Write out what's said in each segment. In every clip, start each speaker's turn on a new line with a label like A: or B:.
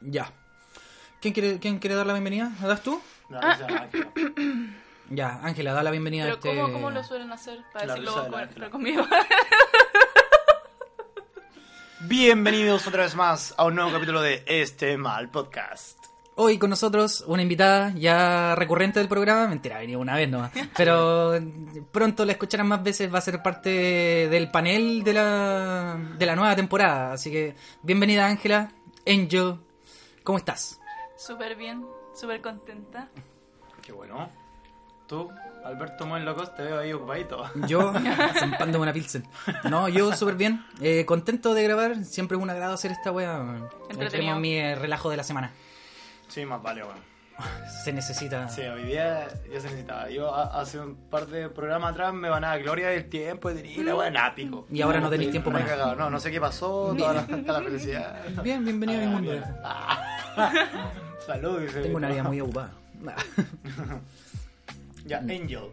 A: Ya. ¿Quién quiere, ¿Quién quiere dar la bienvenida? ¿La das tú?
B: La risa de Ángela.
A: Ya, Ángela, da la bienvenida
C: Pero
A: a este...
C: ¿cómo, ¿cómo lo suelen hacer? Para
B: La
C: decirlo
B: risa de la
C: con-
B: Ángela.
C: conmigo.
B: Bienvenidos otra vez más a un nuevo capítulo de Este Mal Podcast.
A: Hoy con nosotros una invitada ya recurrente del programa. Mentira, ha venido una vez nomás. Pero pronto la escucharán más veces. Va a ser parte del panel de la, de la nueva temporada. Así que bienvenida, Ángela. Angel, ¿cómo estás?
C: Súper bien, súper contenta.
B: Qué bueno. Tú, Alberto Locos, te veo ahí ocupadito.
A: Yo, zampándome una pilsen. No, yo súper bien. Eh, contento de grabar. Siempre es un agrado hacer esta wea.
C: Entretenido.
A: Tenemos mi eh, relajo de la semana.
B: Sí, más vale, bueno.
A: Se necesita.
B: Sí, hoy día ya se necesitaba. Yo a- hace un par de programas atrás me van a gloria del tiempo y tenía la buena ápico.
A: Y ahora no tenéis tiempo
B: Me he
A: para nada.
B: cagado. No, no sé qué pasó, toda la, toda la felicidad. Ah,
A: Bien, bienvenido a mi mundo.
B: Salud, dice.
A: Tengo una vida muy ocupada.
B: Ya,
A: Mm.
B: Angel,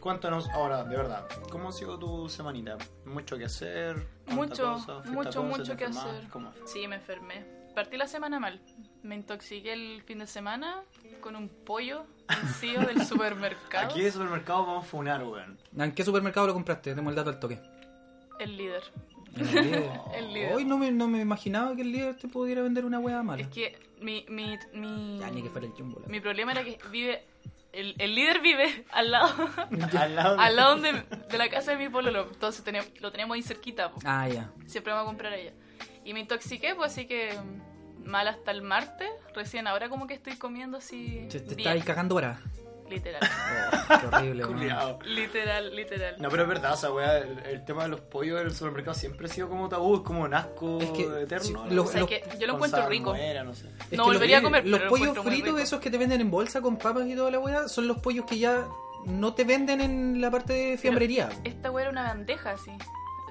B: cuéntanos ahora, de verdad, ¿cómo ha sido tu semanita? ¿Mucho que hacer? ¿Tanta
C: Mucho,
B: cosa? ¿Fuiste a
C: mucho,
B: cosas?
C: mucho
B: ¿Te
C: que
B: enfermaste?
C: hacer.
B: ¿Cómo?
C: Sí, me enfermé. Partí la semana mal. Me intoxiqué el fin de semana con un pollo vencido del supermercado.
B: Aquí de supermercado vamos a funar, weón.
A: ¿En qué supermercado lo compraste? Tenemos el dato al toque.
C: El líder.
A: El líder.
C: El líder.
A: Hoy no me, no me imaginaba que el líder te pudiera vender una hueá mala.
C: Es que mi, mi, mi,
A: Ya, ni que fuera el jumbo. la-
C: mi problema era que vive... El, el líder vive al lado,
B: Al lado. de-
C: al lado de, de la casa de mi pololo. Entonces tenía- lo teníamos ahí cerquita. po.
A: Ah, ya.
C: Siempre vamos a comprar allá. Y me intoxiqué, pues así que mm, mal hasta el martes. Recién ahora como que estoy comiendo así.
A: Te, te
C: bien.
A: estáis cagando ahora.
C: Literal.
A: Oh, qué horrible, weón.
B: Culeado.
C: Literal, literal.
B: No, pero es verdad, o sea, weá, el, el tema de los pollos del supermercado siempre ha sido como tabú, es como un asco
A: Es que, sí,
B: eterno.
A: los-
C: O sea,
A: los-
C: que yo lo
B: Con
C: encuentro rico.
B: salmuera, no sé.
A: Es
C: No
A: que
C: volvería a
A: los-
C: comer,
A: Los
C: pero lo
A: pollos
C: encuentro muy
A: fritos,
C: rico.
A: esos que te venden en bolsa con papas y toda la hueá, son los pollos que ya no te venden en la parte de fiambrería.
C: Esta weá era una bandeja así.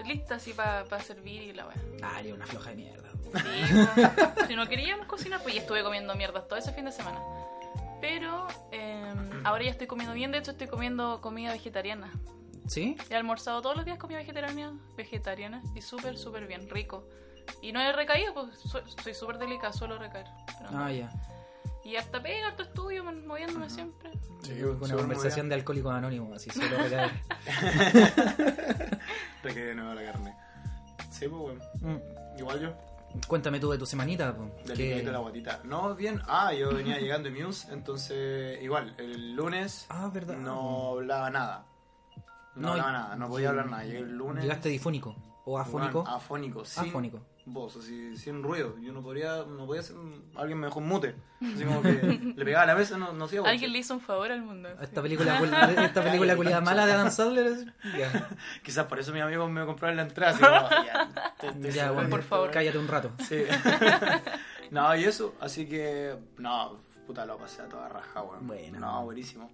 C: Lista así para servir y la weá.
A: Ah, era una floja de mierda.
C: Sí, weón. si no queríamos cocinar, pues ya estuve comiendo mierdas todo ese fin de semana. Pero eh, ahora ya estoy comiendo bien, de hecho estoy comiendo comida vegetariana.
A: ¿Sí?
C: He almorzado todos los días comida vegetariana, vegetariana y súper, súper bien, rico. Y no he recaído, pues su- soy súper delicada, suelo recaer. pero no.
A: Ah, ya.
C: Y hasta pega, harto estudio, man- moviéndome siempre.
B: Sí,
A: Una conversación de alcohólicos anónimos, así solo recaer.
B: Te quedé de nuevo la carne. Sí, pues, weón.
A: Mm.
B: Igual yo.
A: Cuéntame tú de tu semanita. po.
B: Del
A: ¿Qué-
B: picadito de la guatita. No, bien. Ah, yo venía llegando de Muse, entonces igual, el lunes
A: Ah, verdad.
B: no hablaba nada. No,
A: No,
B: hablaba
A: y-
B: nada, no podía hablar nada. Llegué el lunes.
A: Llegaste difónico o afónico.
B: weón, afónico, sí.
A: Afónico.
B: Vos, así, sin ruido. Yo no podría, no podía hacer. Alguien me dejó en mute. Así como que le pegaba a la mesa, no, no hacía voz.
C: Alguien le hizo un favor al mundo.
A: Esta película, cul- esta película culiada mala de Adam Sandler. es- Ya,
B: Quizás por eso mis amigos me compraron la entrada. así como, ya, te- te-
A: ya, bueno,
C: por favor.
A: Cállate un rato.
B: Sí. no, y eso, así que. No, puta, lo pasé a toda raja, weón.
A: Bueno.
B: No, buenísimo.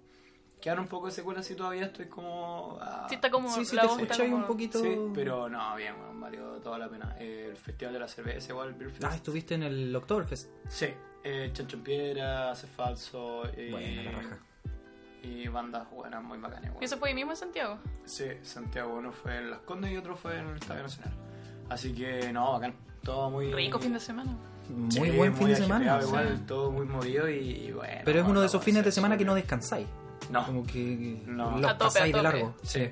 B: Quedaron un poco de secuelas y todavía estoy como. ah,
C: Sí, está como
A: Sí, sí,
C: la
A: te
C: voz está
A: escucho ahí
C: como-
A: un poquito.
B: sí, pero no, bien, weón, valió toda la pena. Eh, el Festival de la Cerveza, igual, el Beer Fest.
A: Ah, estuviste en el Oktoberfest.
B: Sí, eh, Chancho en Piedra, Hace Falso. Y,
A: Bueno, la raja.
B: Y bandas buenas, muy bacanas, weón.
C: ¿Y eso fue ahí mismo en Santiago?
B: Sí, Santiago, uno fue en Las Condes y otro fue en el Estadio Nacional. Así que, no, bacán. Todo muy.
C: Rico fin de semana.
A: Muy
B: Sí,
A: buen fin de semana.
B: ajetreado Igual, todo muy movido y, y bueno.
A: Pero es uno de esos
B: no,
A: fines
B: sí,
A: de semana que no
B: sobre-
A: descansáis.
B: No.
A: Como que
B: No.
A: los
C: A tope, a
A: pasáis de
C: tope.
A: largo.
B: Sí.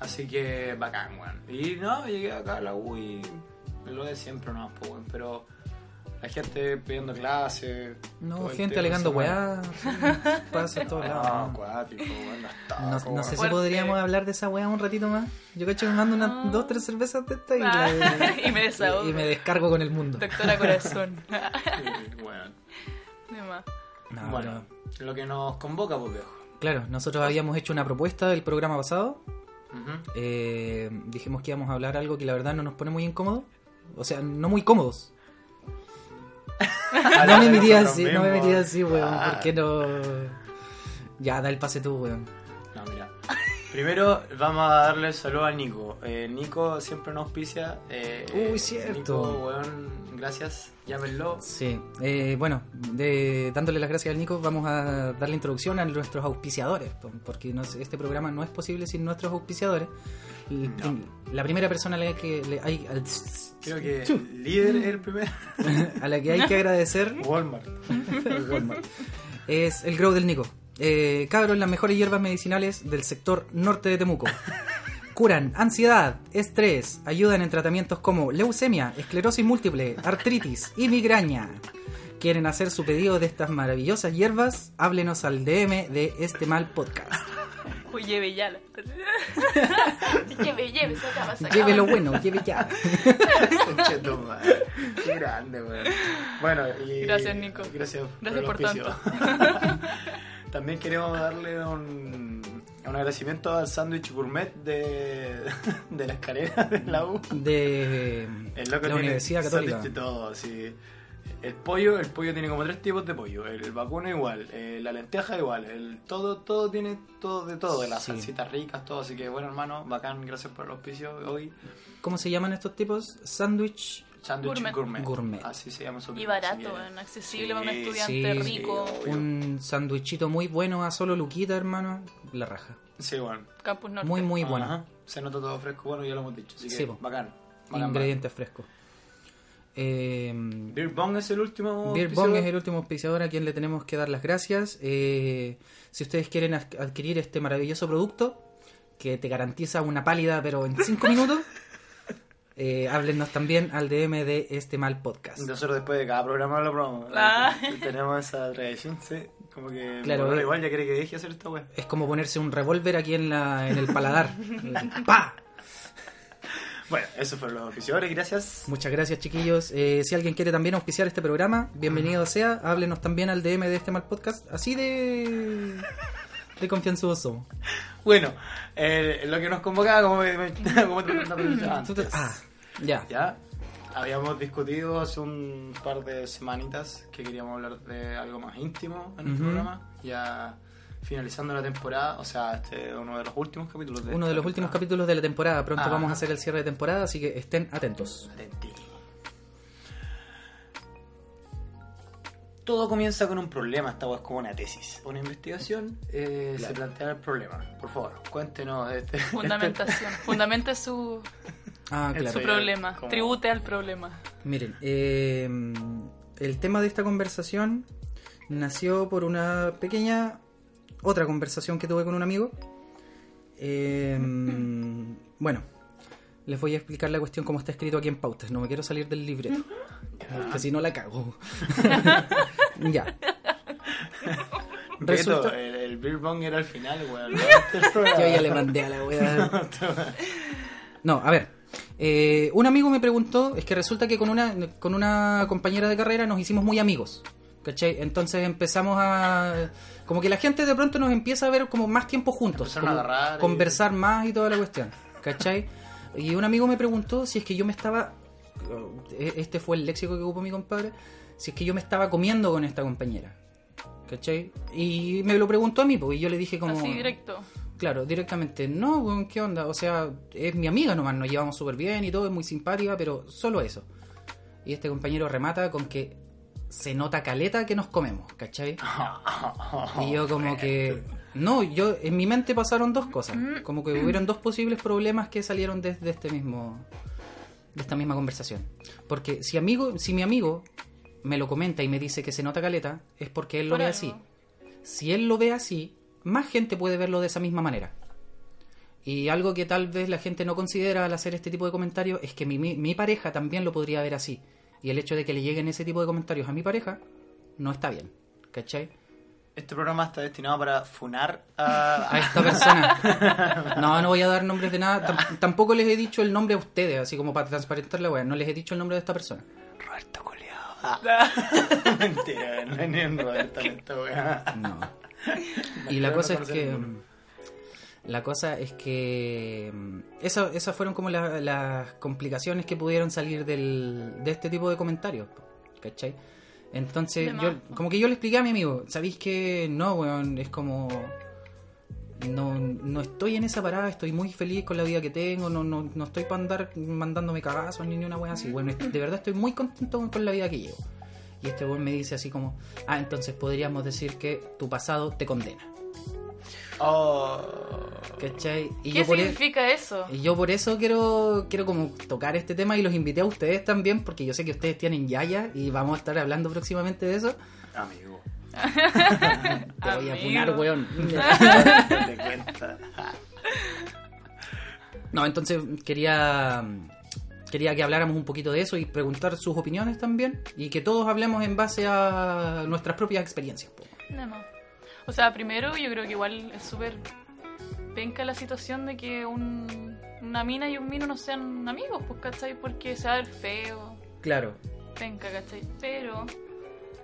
B: Así que bacán, weón. Y no, llegué acá a la U y lo de siempre no, pues, weón. Pero la gente pidiendo clases. todo
A: No,
B: el
A: gente
B: tema de
A: alegando weá.
B: semana.
A: sí, Pasa en todos
B: No,
A: lados.
B: acuático, weón. los
A: No,
B: tacos,
A: no sé si
C: Fuerte.
A: podríamos hablar de esa weá un ratito más. Yo cacho me mando unas dos, tres cervezas de esta y,
C: Ah,
A: la-
C: y me desahogo.
A: y me descargo con el mundo.
C: Doctora Corazón.
B: weón. Sí, weón.
C: De más.
A: No,
B: bueno, lo que nos convoca, pues, viejo.
A: pero- claro, nosotros habíamos hecho una propuesta del programa pasado.
B: Ujú.
A: Eh, dijimos que íbamos a hablar algo que la verdad no nos pone muy incómodos. O sea, no muy cómodos. No me mirías así, no me mirías así, weón.
B: Ah.
A: ¿Por qué no? Ya, da el pase tú, weón.
B: No, mira. Primero vamos a darle saludo a Nico. Eh, Nico siempre nos auspicia. eh,
A: Uy, cierto.
B: Nico, weón, gracias. Llámenlo.
A: Sí, eh, bueno, de- dándole las gracias al Nico, vamos a dar la introducción a nuestros auspiciadores, po- porque no es- este programa no es posible sin nuestros auspiciadores. Y- La primera persona a la que le- hay, al-
B: Creo que líder es el primer.
A: a la que hay que agradecer
B: Walmart.
A: Walmart. es el grow del Nico. Eh, cabros, las mejores hierbas medicinales del sector norte de Temuco. Curan ansiedad, estrés, ayudan en tratamientos como leucemia, esclerosis múltiple, artritis y migraña. ¿Quieren hacer su pedido de estas maravillosas hierbas? Háblenos al DM de este mal podcast.
C: Uy, lleve ya. la- lleve, lleve, se acaba, se acaba.
A: Lleve lo bueno, lleve ya.
B: Conchetumare. Qué grande, weón. Bueno, y.
C: Gracias, Nico.
B: Gracias,
C: Gracias
B: el
C: por
B: auspicio. También queremos darle un, un agradecimiento al sándwich gourmet de, de la escalera de la U.
A: De
B: El loco
A: la
B: tiene
A: Universidad
B: sándwich
A: Católica.
B: de todo, sí. El pollo, el pollo tiene como tres tipos de pollo. El vacuno igual, eh, la lenteja igual, el todo, todo tiene todo de todo, de las
A: Sí.
B: salsitas ricas, todo. Así que bueno hermano, bacán, gracias por el auspicio hoy.
A: ¿Cómo se llaman estos tipos? Sándwich.
B: Sándwich
C: Gourmet.
B: gourmet.
A: Gourmet.
B: Así se llama su
C: Y
B: tienda, así
C: barato,
B: que-
C: bueno, accesible para un estudiante
A: sí,
C: rico.
B: sí, obvio.
A: Un sándwichito muy bueno a solo Luquita, hermano. La raja.
B: Sí, bueno.
C: Campus Norte.
A: Muy, muy
B: Ajá.
A: bueno.
B: Se nota todo fresco, bueno, ya lo hemos dicho. Así que
A: Sí, po.
B: bacán. bacán,
A: ingredientes frescos. Eh,
B: bacán. Beer Bong es el último.
A: Beer Bong es
B: auspiciador.
A: el último auspiciador a quien le tenemos que dar las gracias. Eh, si ustedes quieren ad- adquirir este maravilloso producto que te garantiza una pálida pero en 5 minutos, eh, háblennos también al DM de este mal podcast.
B: Nosotros después de cada programa lo probamos.
C: Ah.
B: Tenemos esa tradición, sí. Como que.
A: Claro,
B: bueno,
A: eh.
B: igual ya quiere que deje hacer esta wea.
A: Es como ponerse un revólver aquí en, la, en el paladar. ¡Pa!
B: Bueno, esos fueron los oficiadores, gracias.
A: Muchas gracias, chiquillos. Eh, si alguien quiere también auspiciar este programa,
B: Mm.
A: bienvenido sea. Háblenos también al DM de este mal podcast. Así de. de confianzudos somos.
B: Bueno, eh, lo que nos convocaba, como, me- me- como te preguntaba antes,
A: Ah, ya.
B: Ya habíamos discutido hace un par de semanitas que queríamos hablar de algo más íntimo en el
A: Ujú.
B: programa. Ya finalizando la temporada, o sea, este es uno de los últimos capítulos. De
A: Uno de
B: esta
A: los últimos
B: temporada.
A: capítulos de la temporada. Pronto
B: Ah.
A: vamos a hacer el cierre de temporada, así que estén atentos.
B: Atentí. Todo comienza con un problema, esta hueá es como una tesis. Una investigación eh, se
A: Claro.
B: plantea el problema. Por favor, cuéntenos. Este,
C: Fundamentación. Fundamente su,
A: Ah,
B: El
A: claro.
C: su
B: Sí,
C: problema.
B: como-
C: Tribute al problema.
A: Miren, eh, el tema de esta conversación nació por una pequeña otra conversación que tuve con un amigo. Eh, bueno, les voy a explicar la cuestión como está escrito aquí en pautas. No me quiero salir del libreto, que si no la cago. ya.
B: Beto,
A: Resulta-
B: el, el beer bong era el final, weón.
A: Yo ya le mandé a la wea. No, a ver. eh, un amigo me preguntó, es que resulta que con una, con una compañera de carrera nos hicimos muy amigos. ¿Cachai? Entonces empezamos a... Como que la gente de pronto nos empieza a ver como más tiempo juntos.
B: Empezaron a
A: como
B: agarrar y-
A: Conversar más y toda la cuestión. ¿Cachai? Y un amigo me preguntó si es que yo me estaba... e- Este fue el léxico que ocupó mi compadre. Si es que yo me estaba comiendo con esta compañera. ¿Cachai? Y me lo preguntó a mí, porque yo le dije como...
C: Así directo.
A: Claro, directamente, no, weón, ¿qué onda? O sea, es mi amiga nomás, nos llevamos súper bien y todo, es muy simpática, pero solo eso. Y este compañero remata con que se nota caleta que nos comemos, ¿cachai? Y
C: Oh,
A: yo como que... No, yo en mi mente pasaron dos cosas,
C: Mm.
A: como que hubieron dos posibles problemas que salieron desde este mismo... de esta misma conversación. Porque si amigo, si mi amigo me lo comenta y me dice que se nota caleta, es porque él lo
C: Por
A: ve
C: algo.
A: así. Si él lo ve así, más gente puede verlo de esa misma manera. Y algo que tal vez la gente no considera al hacer este tipo de comentarios es que mi, mi- mi pareja también lo podría ver así. Y el hecho de que le lleguen ese tipo de comentarios a mi pareja no está bien. ¿Cachai?
B: Este programa está destinado para funar a.
A: A esta persona. No, no voy a dar nombres de nada. Tam- tampoco les he dicho el nombre a ustedes, así como para transparentar la weá. No les he dicho el nombre de esta persona.
B: Roberto Coleado. Mentira, no es ni un Roberto en esta weá.
A: No. Y la cosa es que. La cosa es que. mm, esa- esas fueron como la- las complicaciones que pudieron salir del, de este tipo de comentarios. po, ¿Cachai? Entonces,
C: De
A: yo,
C: más, po.
A: como que yo le expliqué a mi amigo, ¿sabéis que no, weón? Es como. no, no estoy en esa parada, estoy muy feliz con la vida que tengo, no, no, no estoy para andar mandándome cagazos ni una wea así. Bueno, est- de verdad estoy muy contento con- con la vida que llevo. Y este weón me dice así como, ah, entonces podríamos decir que tu pasado te condena.
B: Oh.
A: ¿Cachai? Y
C: ¿Qué
A: por e-
C: significa eso?
A: y yo por eso quiero, quiero como tocar este tema y los invité a ustedes también, porque yo sé que ustedes tienen Yaya y vamos a estar hablando próximamente de eso.
B: Amigo.
A: Te voy a
C: Amigo.
A: funar, weón.
B: Date cuenta.
A: No, entonces quería, quería que habláramos un poquito de eso y preguntar sus opiniones también y que todos hablemos en base a nuestras propias experiencias. po.
C: No, no. O sea, primero yo creo que igual es súper penca la situación de que un, una mina y un mino no sean amigos, pues, ¿cachai? Porque se va a ver feo,
A: Claro,
C: penca, ¿cachai? Pero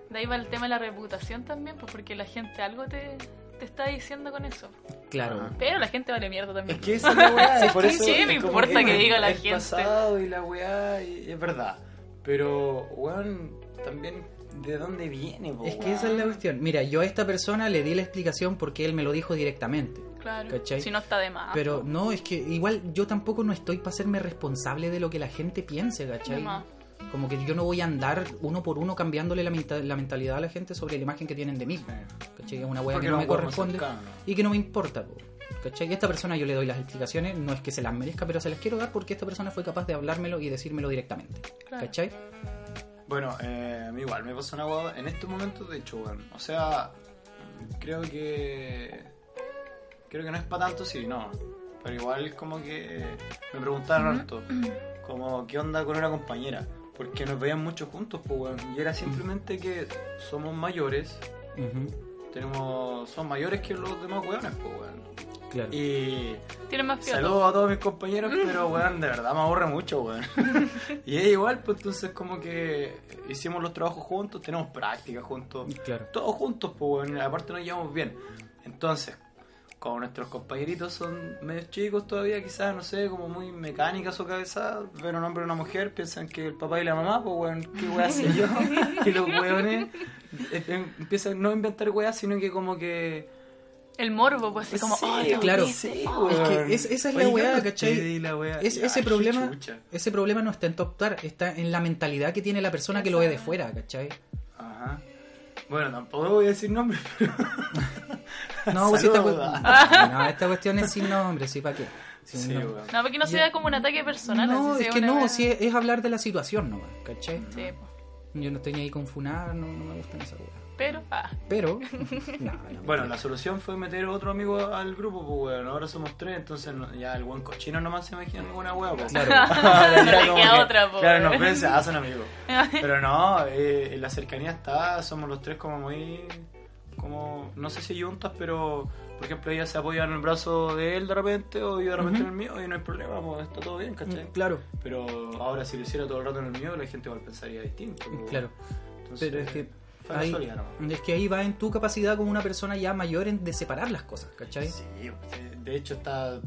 C: de ahí va el tema de la reputación también, pues porque la gente algo te, te está diciendo con eso.
A: claro.
C: Pero la gente vale mierda también.
B: Es que esa es la weá, y por
C: que
B: eso
C: sí,
B: es
C: me
B: como
C: importa que diga la
B: es
C: gente.
B: pasado y la weá, y es verdad. Pero, weón, también, ¿de dónde viene, po,
A: Es que
B: weón?
A: esa es la cuestión. Mira, yo a esta persona le di la explicación porque él me lo dijo directamente.
C: Claro,
A: ¿Cachai?
C: si no está de más.
A: Pero no, es que igual yo tampoco no estoy para hacerme responsable de lo que la gente piense, ¿cachai?
C: No.
A: Como que yo no voy a andar uno por uno cambiándole la, menta- la mentalidad a la gente sobre la imagen que tienen de mí. ¿Cachai? Es una wea
B: Porque
A: que no,
B: no
A: me
B: podemos
A: corresponde
B: acercarnos.
A: y que no me importa. po, ¿Cachai? Y a esta persona yo le doy las explicaciones, no es que se las merezca, pero se las quiero dar porque esta persona fue capaz de hablármelo y decírmelo directamente.
C: Claro.
A: ¿Cachai?
B: Bueno, eh, a mí igual me pasó una hueá en estos momentos, de hecho, weón. O sea, creo que. Creo que no es para tanto, sí, no. Pero igual, como que. Me preguntaron harto, como, ¿qué onda con una compañera? Porque nos veían mucho juntos, pues, weón. Y era simplemente que somos mayores,
A: Ujú,
B: tenemos. Son mayores que los demás weones, pues, weón.
A: Claro.
B: Y.
C: Tiene más feo.
B: Saludos a todos mis compañeros, pero weón, de verdad me aburre mucho, weón. y es igual, pues entonces como que hicimos los trabajos juntos, tenemos prácticas juntos,
A: Claro.
B: todos juntos, pues weón, aparte nos llevamos bien. Entonces, como nuestros compañeritos son medio chicos todavía, quizás, no sé, como muy mecánicas su cabeza, ver un hombre o una mujer, piensan que el papá y la mamá, pues weón, qué weá sé yo, que los weones eh, eh, empiezan no a inventar weá, sino que como que...
C: El morbo, pues así como,
B: Sí,
C: "Ay, lo
A: claro.
C: viste,
B: Sí,
C: oh".
A: Es que
B: weón.
A: es- esa es la
B: Oye,
A: weá,
B: yo no
A: ¿cachai?
B: pedí la weá.
A: Es-
B: Ya,
A: ese
B: qué
A: problema
B: chucha.
A: ese problema no está en optar, está en la mentalidad que tiene la persona que lo ve de fuera, ¿cachai?
B: Ajá. Bueno, tampoco voy a decir nombres, pero.
A: No, pues esta,
B: Saludos.
A: cue- no, esta cuestión es sin nombre, sí, ¿para qué? Sin
B: Sí,
A: nombre.
B: weón.
C: No, porque no se da como un ataque personal.
A: No,
C: así
A: es
C: sea
A: que
C: una
A: no,
C: wea-
A: sí, es, es hablar de la situación nomás, ¿cachai?
C: Sí, pues.
A: Yo no estoy ni ahí con funar, no, no me gustan esas weas.
C: Pero, ah,
A: Pero, no, no, Mm,
B: Bueno, la solución fue meter otro amigo al grupo, pues weón. Ahora somos tres, entonces no- ya el buen cochino nomás se imagina ninguna weá, pues.
A: Claro,
B: Ahora ya
C: Pero le
B: como
C: queda
B: que-
C: otra, po,
B: Claro,
C: weón.
B: nos ven, se hacen amigos. Pero no, eh, la cercanía está, somos los tres como muy. como. no sé si juntas, pero. por ejemplo, ella se apoya en el brazo de él de repente, o yo de repente en el mío, y no hay problema, pues está todo bien, ¿cachai?
A: claro,
B: Pero ahora si lo hiciera todo el rato en el mío, la gente igual pensaría distinto. po.
A: claro.
B: Entonces,
A: Pero es que
B: fue
A: ahí,
B: casualidad nomás.
A: es que ahí va en tu capacidad como una persona ya mayor en de separar las cosas, ¿cachai?
B: Sí, de- de hecho está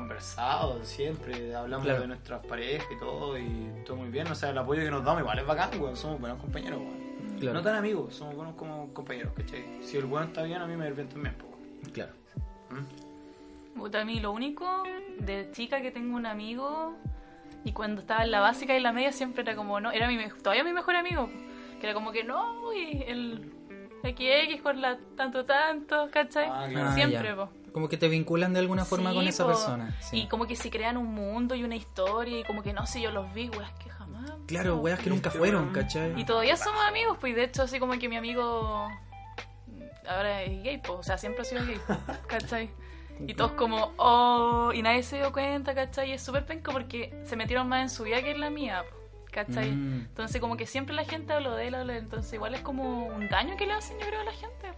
B: conversado siempre, hablamos
A: Claro.
B: de nuestras parejas y todo, y todo muy bien. O sea, el apoyo que nos damos igual es bacán, weón. Somos buenos compañeros, weón.
A: Claro,
B: No tan amigos, somos buenos como compañeros, ¿cachai? Si el bueno está bien, a mí me va a ir bien también, po.
A: claro.
B: ¿Mm?
C: puta, a mí lo único de chica que tengo un amigo y cuando estaba en la básica y en la media siempre era como, no, era mi me- todavía mi mejor amigo. Que era como que no, y el XX con la tanto tanto, ¿cachai?
B: Ah,
A: Ah,
B: claro.
C: Siempre,
A: ya.
C: po.
A: Como que te vinculan de alguna forma
C: Sí,
A: con esa
C: po.
A: persona. sí.
C: Y como que se crean un mundo y una historia y como que no sé, yo los vi, weas que jamás.
A: Claro,
C: po.
A: weas que nunca
B: Este
A: fueron,
B: weón.
A: ¿cachai?
C: Y todavía somos amigos, pues y de hecho así como que mi amigo ahora es gay, pues, o sea, siempre ha sido gay, ¿cachai? Y todos como, oh, y nadie se dio cuenta, ¿cachai? Y es súper penco porque se metieron más en su vida que en la mía, ¿cachai?
A: Mm.
C: Entonces como que siempre la gente habló de él, habló de él, entonces igual es como un daño que le hacen yo creo a la gente,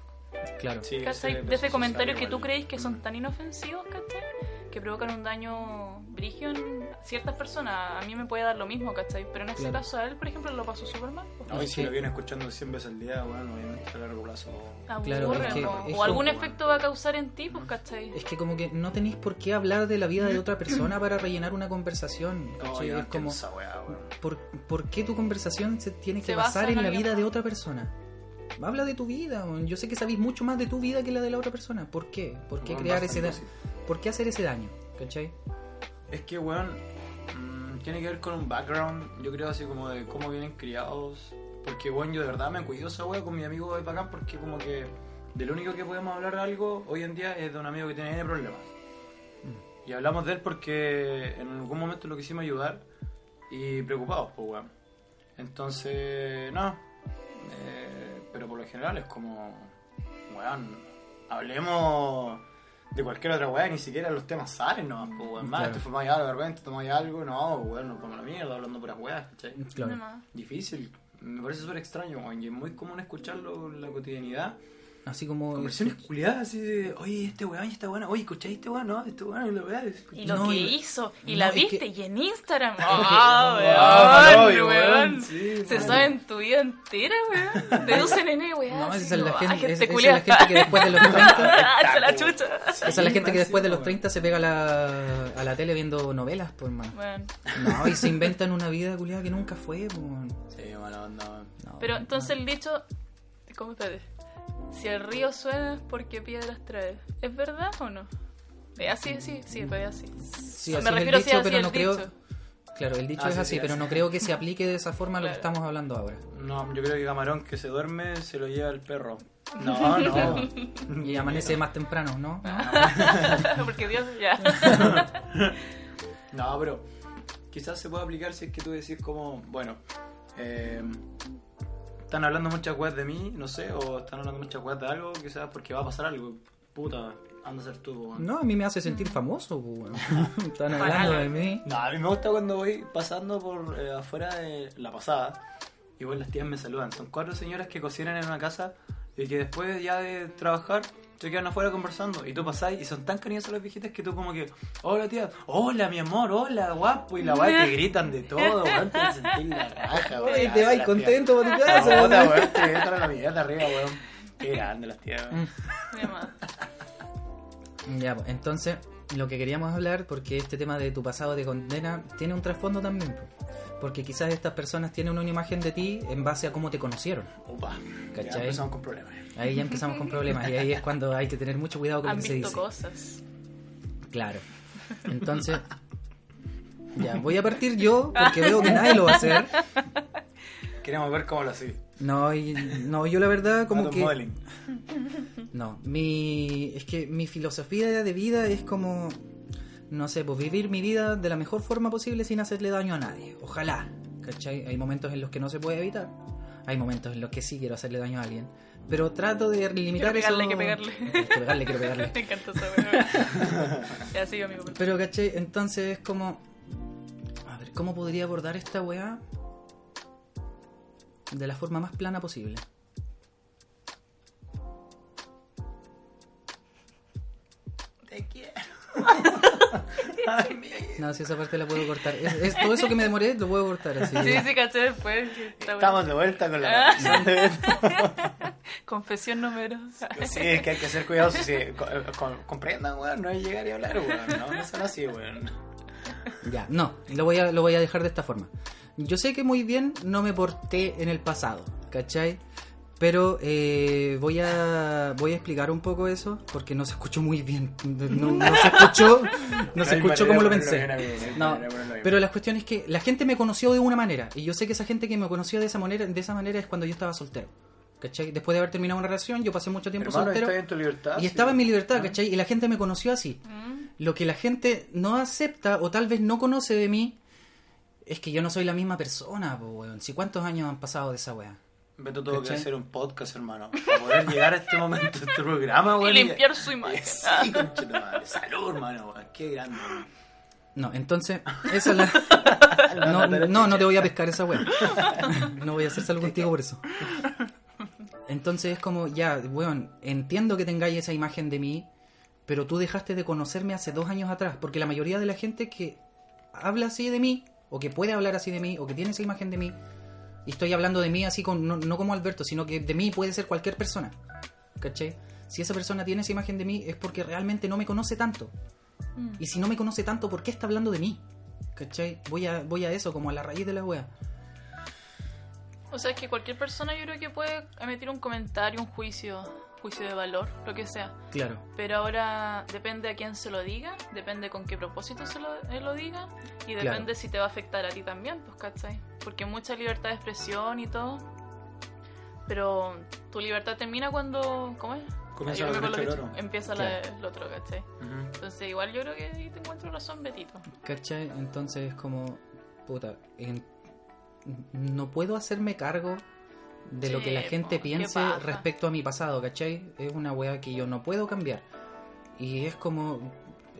A: Claro.
B: Sí,
C: ¿cachai?
B: ese
C: De ese
B: peso
C: comentario
B: social
C: que tú
B: igual.
C: crees que son
B: Mm.
C: tan inofensivos, ¿cachai? Que provocan un daño brigio en ciertas personas. A mí me puede dar lo mismo, ¿cachai? Pero en este
A: Claro.
C: caso a él, por ejemplo, lo pasó súper mal. pues.
B: No, y
A: Es
B: si
A: que-
B: lo vienen escuchando 100 veces al día, bueno, obviamente a largo plazo.
A: Claro,
C: Aburre,
A: es que-
C: po.
A: es
C: o algún
B: como-
C: efecto va a causar en ti, pues, ¿cachai?
A: Es que como que no tenéis por qué hablar de la vida de otra persona para rellenar una conversación.
B: Oh,
A: ¿cachai?
B: yo no
A: es como,
B: entiendo esa weá, weón.
A: ¿por, por qué tu conversación se tiene que
C: Se basa
A: basar
C: en
A: en la
C: alguien
A: vida
C: más.
A: de otra persona? Habla de tu vida, weón. yo sé que sabéis mucho más de tu vida que la de la otra persona. ¿Por qué? ¿Por qué
B: Weón,
A: crear
B: basta
A: ese daño?
B: entonces.
A: ¿Por qué hacer ese daño? ¿Cachai?
B: Es que, weón, mm, tiene que ver con un background, yo creo, así como de cómo vienen criados. Porque, weón, yo de verdad me cuido esa weá con mi amigo de Pacán porque, como que, de lo único que podemos hablar algo hoy en día es de un amigo que tiene N problemas. Y hablamos de él porque en algún momento lo quisimos ayudar y preocupados, pues, weón. Entonces, no. Eh, pero por lo general es como, weón, hablemos de cualquier otra weá, ni siquiera los temas salen, no, pues, weón. Más,
A: Claro.
B: te fumáis algo, de repente tomáis algo, no, weón, no como la mierda, hablando puras weas, ¿cachai?
A: Claro.
C: Nomás.
B: Difícil. Me parece súper extraño, weón, y es muy común escucharlo en la cotidianidad.
A: Así como.
B: Conversiones culiadas, así de, oye, este weón y esta buena, oye, escucháis este weón, no, este weón, la weá, es-
C: Y lo
A: No,
C: que
A: y-
C: hizo, y
A: no,
C: la
A: es que-
C: viste, y en Instagram.
B: Ah,
C: ¡Ah,
B: Malovio,
C: weón!
B: weón,
C: weón!
B: sí,
C: Se
B: weón.
C: saben tu vida entera, weón. Deducen en él, weón.
A: No,
C: así
A: esa es la
C: como, "Ah,
A: gente, esa-
C: gente
A: esa es
C: culia".
A: la gente que después de los 30.
C: Ah, se la chucha.
A: Esa es la
B: Sí,
A: gente que después de los
B: máximo, weón.
A: 30 se pega a la, a la tele viendo novelas, por más.
C: Bueno,
A: No, y se inventan una vida culiada que nunca fue, po.
B: Sí, mala onda, weón.
A: No,
C: pero
A: no.
C: entonces el dicho. ¿Cómo ustedes? Si el río suena es porque piedras trae. ¿Es verdad o no? Es así, sí, sí, es así.
A: Sí,
C: me
A: así es el
C: refiero a si
A: dicho,
C: así
A: pero
C: el
A: no creo-
C: dicho.
A: Claro, el dicho
B: Ah,
A: es
B: sí,
A: así,
B: sí,
A: pero
B: así.
A: no creo que se aplique de esa forma a lo que
C: Claro.
A: estamos hablando ahora.
B: No, yo creo que camarón que se duerme se lo lleva el perro. No, no.
A: Y amanece más temprano, ¿no?
C: Ah. porque Dios, ya.
B: No, pero quizás se puede aplicar si es que tú decís como, bueno, eh, están hablando muchas weas de mí, no sé, o están hablando muchas weas de algo, quizás porque va a pasar algo. Puta, anda a ser tú, weón.
A: No, a mí me hace sentir famoso, po, weón. Están hablando de mí.
B: No, a mí me gusta cuando voy pasando por eh, afuera de la pasada y bueno, las tías me saludan. Son cuatro señoras que cocinan en una casa y que después ya de trabajar se quedan afuera conversando y tú pasás y son tan cariñosas las viejitas que tú como que, hola tía, hola mi amor, hola guapo y la weá te gritan de todo, weón, te hacen sentir la raja, weón.
A: Oye, te vas
B: Las
A: contento para tu
B: tías-
A: casa.
B: Puta, weón, te dejan a la mitad de arriba, weón. Qué grande las tías, weón.
C: Mi mamá.
A: Ya, pues, entonces, lo que queríamos hablar, porque este tema de tu pasado de condena tiene un trasfondo también, pues. porque quizás estas personas tienen una imagen de ti en base a cómo te conocieron.
B: Opa, ya
A: Mm. ¿Cachai?
B: empezamos con problemas.
A: Ahí ya empezamos con problemas y ahí es cuando hay que tener mucho cuidado con
C: Han
A: lo que se
C: visto
A: dice.
C: cosas.
A: Claro. Entonces, ya, voy a partir yo porque veo que nadie lo va a hacer.
B: Queremos ver cómo lo hacía.
A: No, y- no yo la verdad como
B: Atom
A: que...
B: Modeling.
A: No, mi, es que mi filosofía de vida es como, no sé, pues vivir mi vida de la mejor forma posible sin hacerle daño a nadie. Ojalá, ¿cachai? Hay momentos en los que no se puede evitar. Hay momentos en los que sí quiero hacerle daño a alguien. Pero trato de limitar
C: Quiero pegarle,
A: eso.
C: hay que pegarle.
A: Quiero pegarle, quiero pegarle.
C: Me encantó esa weá. Ya sigo, amigo. por favor.
A: Pero, ¿cachai? Entonces es como... A ver, ¿cómo podría abordar esta weá? De la forma más plana posible.
B: Te quiero. Ay, mi-
A: No, si esa parte la puedo cortar. Es, es- todo eso que me demoré lo puedo cortar. Así.
C: Sí, sí, caché después. que esta weá-
B: Estamos de vuelta con
C: Ah.
B: la canción de
C: Confesión número.
B: Sí, es que hay que ser cuidadosos. Sí. Co- eh, co- Comprendan, weón, no es llegar y hablar, weón. No, no son así, weón.
A: Ya, no, lo voy, a, lo voy a dejar de esta forma. Yo sé que muy bien no me porté en el pasado, ¿cachai? Pero eh, voy, a, voy a explicar un poco eso porque no se escuchó muy bien. No, no se escuchó, no se
B: Hay
A: escuchó
B: manera
A: como lo
B: de ponerlo bien,
A: pensé.
B: amigo, hay
A: No,
B: manera de ponerlo bien.
A: pero la cuestión es que la gente me conoció de una manera y yo sé que esa gente que me conoció de esa manera, de esa manera es cuando yo estaba soltero. ¿Cachai? Después de haber terminado una relación, yo pasé mucho tiempo
B: Hermano,
A: soltero.
B: estás en tu libertad.
A: Y
B: sí.
A: estaba en mi libertad, ¿cachai? Y la gente me conoció así.
C: Mm.
A: Lo que la gente no acepta o tal vez no conoce de mí es que yo no soy la misma persona, po, weón. Si cuántos años han pasado de esa weá.
B: Beto tuvo que
A: ¿Cachai?
B: hacer un podcast, hermano. Para poder llegar a este momento, a este programa,
A: Ah,
C: Y
B: weón.
C: limpiar su imagen. Ah.
B: Sí, conchetumadre. Salud, hermano, weón. Qué grande, weón.
A: No, entonces, esa es la. No,
B: no,
A: no, no te voy a pescar esa weá. No voy a hacer salvo contigo por eso. Entonces es como, ya, weón, entiendo que tengáis esa imagen de mí, pero tú dejaste de conocerme hace dos años atrás, porque la mayoría de la gente que habla así de mí, o que puede hablar así de mí, o que tiene esa imagen de mí, y estoy hablando de mí así, con, no, no como Alberto, sino que de mí puede ser cualquier persona. ¿Cachai? Si esa persona tiene esa imagen de mí es porque realmente no me conoce tanto.
C: Mm.
A: Y si no me conoce tanto, ¿por qué está hablando de mí? ¿Cachai? Voy a, voy a eso, como a la raíz de la wea.
C: O sea, es que cualquier persona yo creo que puede emitir un comentario, un juicio, juicio de valor, lo que sea.
A: Claro.
C: Pero ahora depende a quién se lo diga, depende con qué propósito se lo, él lo diga y
A: Claro.
C: depende si te va a afectar a ti también, pues, ¿cachai? Porque mucha libertad de expresión y todo, pero tu libertad termina cuando, ¿cómo es?
B: Comienza
C: Ahí
B: la
C: con
B: brecha
C: los
B: del
C: hechos.
A: Em,
B: oro.
C: Empieza la- el otro, ¿cachai?
B: Ujú.
C: Entonces igual yo creo que ahí te encuentro razón, Betito.
A: ¿Cachai? Entonces es como, puta, en- no puedo hacerme cargo de lo
C: Sí,
A: que la
C: po,
A: gente
C: qué
A: piense
C: paja.
A: respecto a mi pasado, ¿cachai? Es una wea que yo no puedo cambiar. Y es como,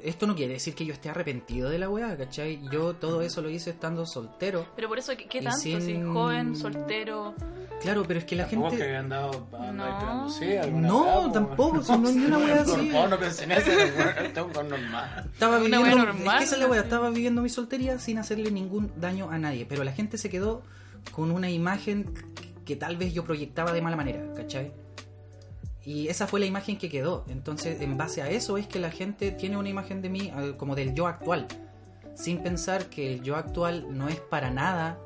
A: esto no quiere decir que yo esté arrepentido de la wea, ¿cachai? Yo todo eso lo hice estando soltero.
C: Pero por eso, ¿qué, qué
A: Y
C: tanto?
A: sin-
C: Si joven, soltero,
A: Claro, pero es que la
B: Tampoco es que
A: gente...
B: habían dado ah,
C: No.
B: esperando, sí, alguna
A: No,
B: weá, pues. po,
A: tampoco,
B: weón.
A: si no hay ni una weá así.
B: No, no pensé en eso, weón, esto es un weón normal.
A: Estaba
C: Una
A: viviendo,
C: wea
A: es que
C: normal,
A: esa es la wea,
C: así.
A: estaba viviendo mi soltería sin hacerle ningún daño a nadie, pero la gente se quedó con una imagen que tal vez yo proyectaba de mala manera, ¿cachai? Y esa fue la imagen que quedó. Entonces, en base a eso es que la gente tiene una imagen de mí eh, como del yo actual, sin pensar que el yo actual no es para nada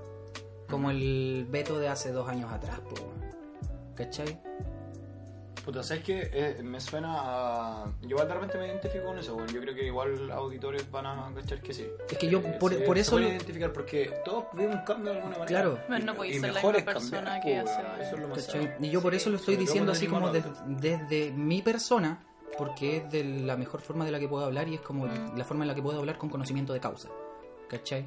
A: como el Beto de hace dos años atrás, po, weón. ¿cachai?
B: Puta, ¿sabes qué? Eh, me suena a... Yo igual de repente me identifico con eso, weón. Yo creo que igual auditores van a cachar que sí.
A: Es que yo
B: Eh,
A: por,
B: se-
A: por
B: se
A: eso...
B: pueden
A: lo-
B: identificar porque todos vivimos un cambio de alguna manera.
A: Claro.
C: Bueno, no
B: Y-
C: podéis
B: y
C: ser la
B: mejor
C: misma
B: es cambiar,
C: persona
B: po,
C: que
B: weón.
C: hace años.
B: Eso es lo más
A: ¿Cachai?
B: sano.
A: Y yo por
B: Sí,
A: eso lo estoy
B: sobre
A: diciendo
B: todo cuando
A: así
B: tenemos
A: como
B: la
A: des- desde mi persona, porque es de la mejor forma de la que puedo hablar y es como
C: Mm.
A: la forma en la que puedo hablar con conocimiento de causa. ¿Cachai?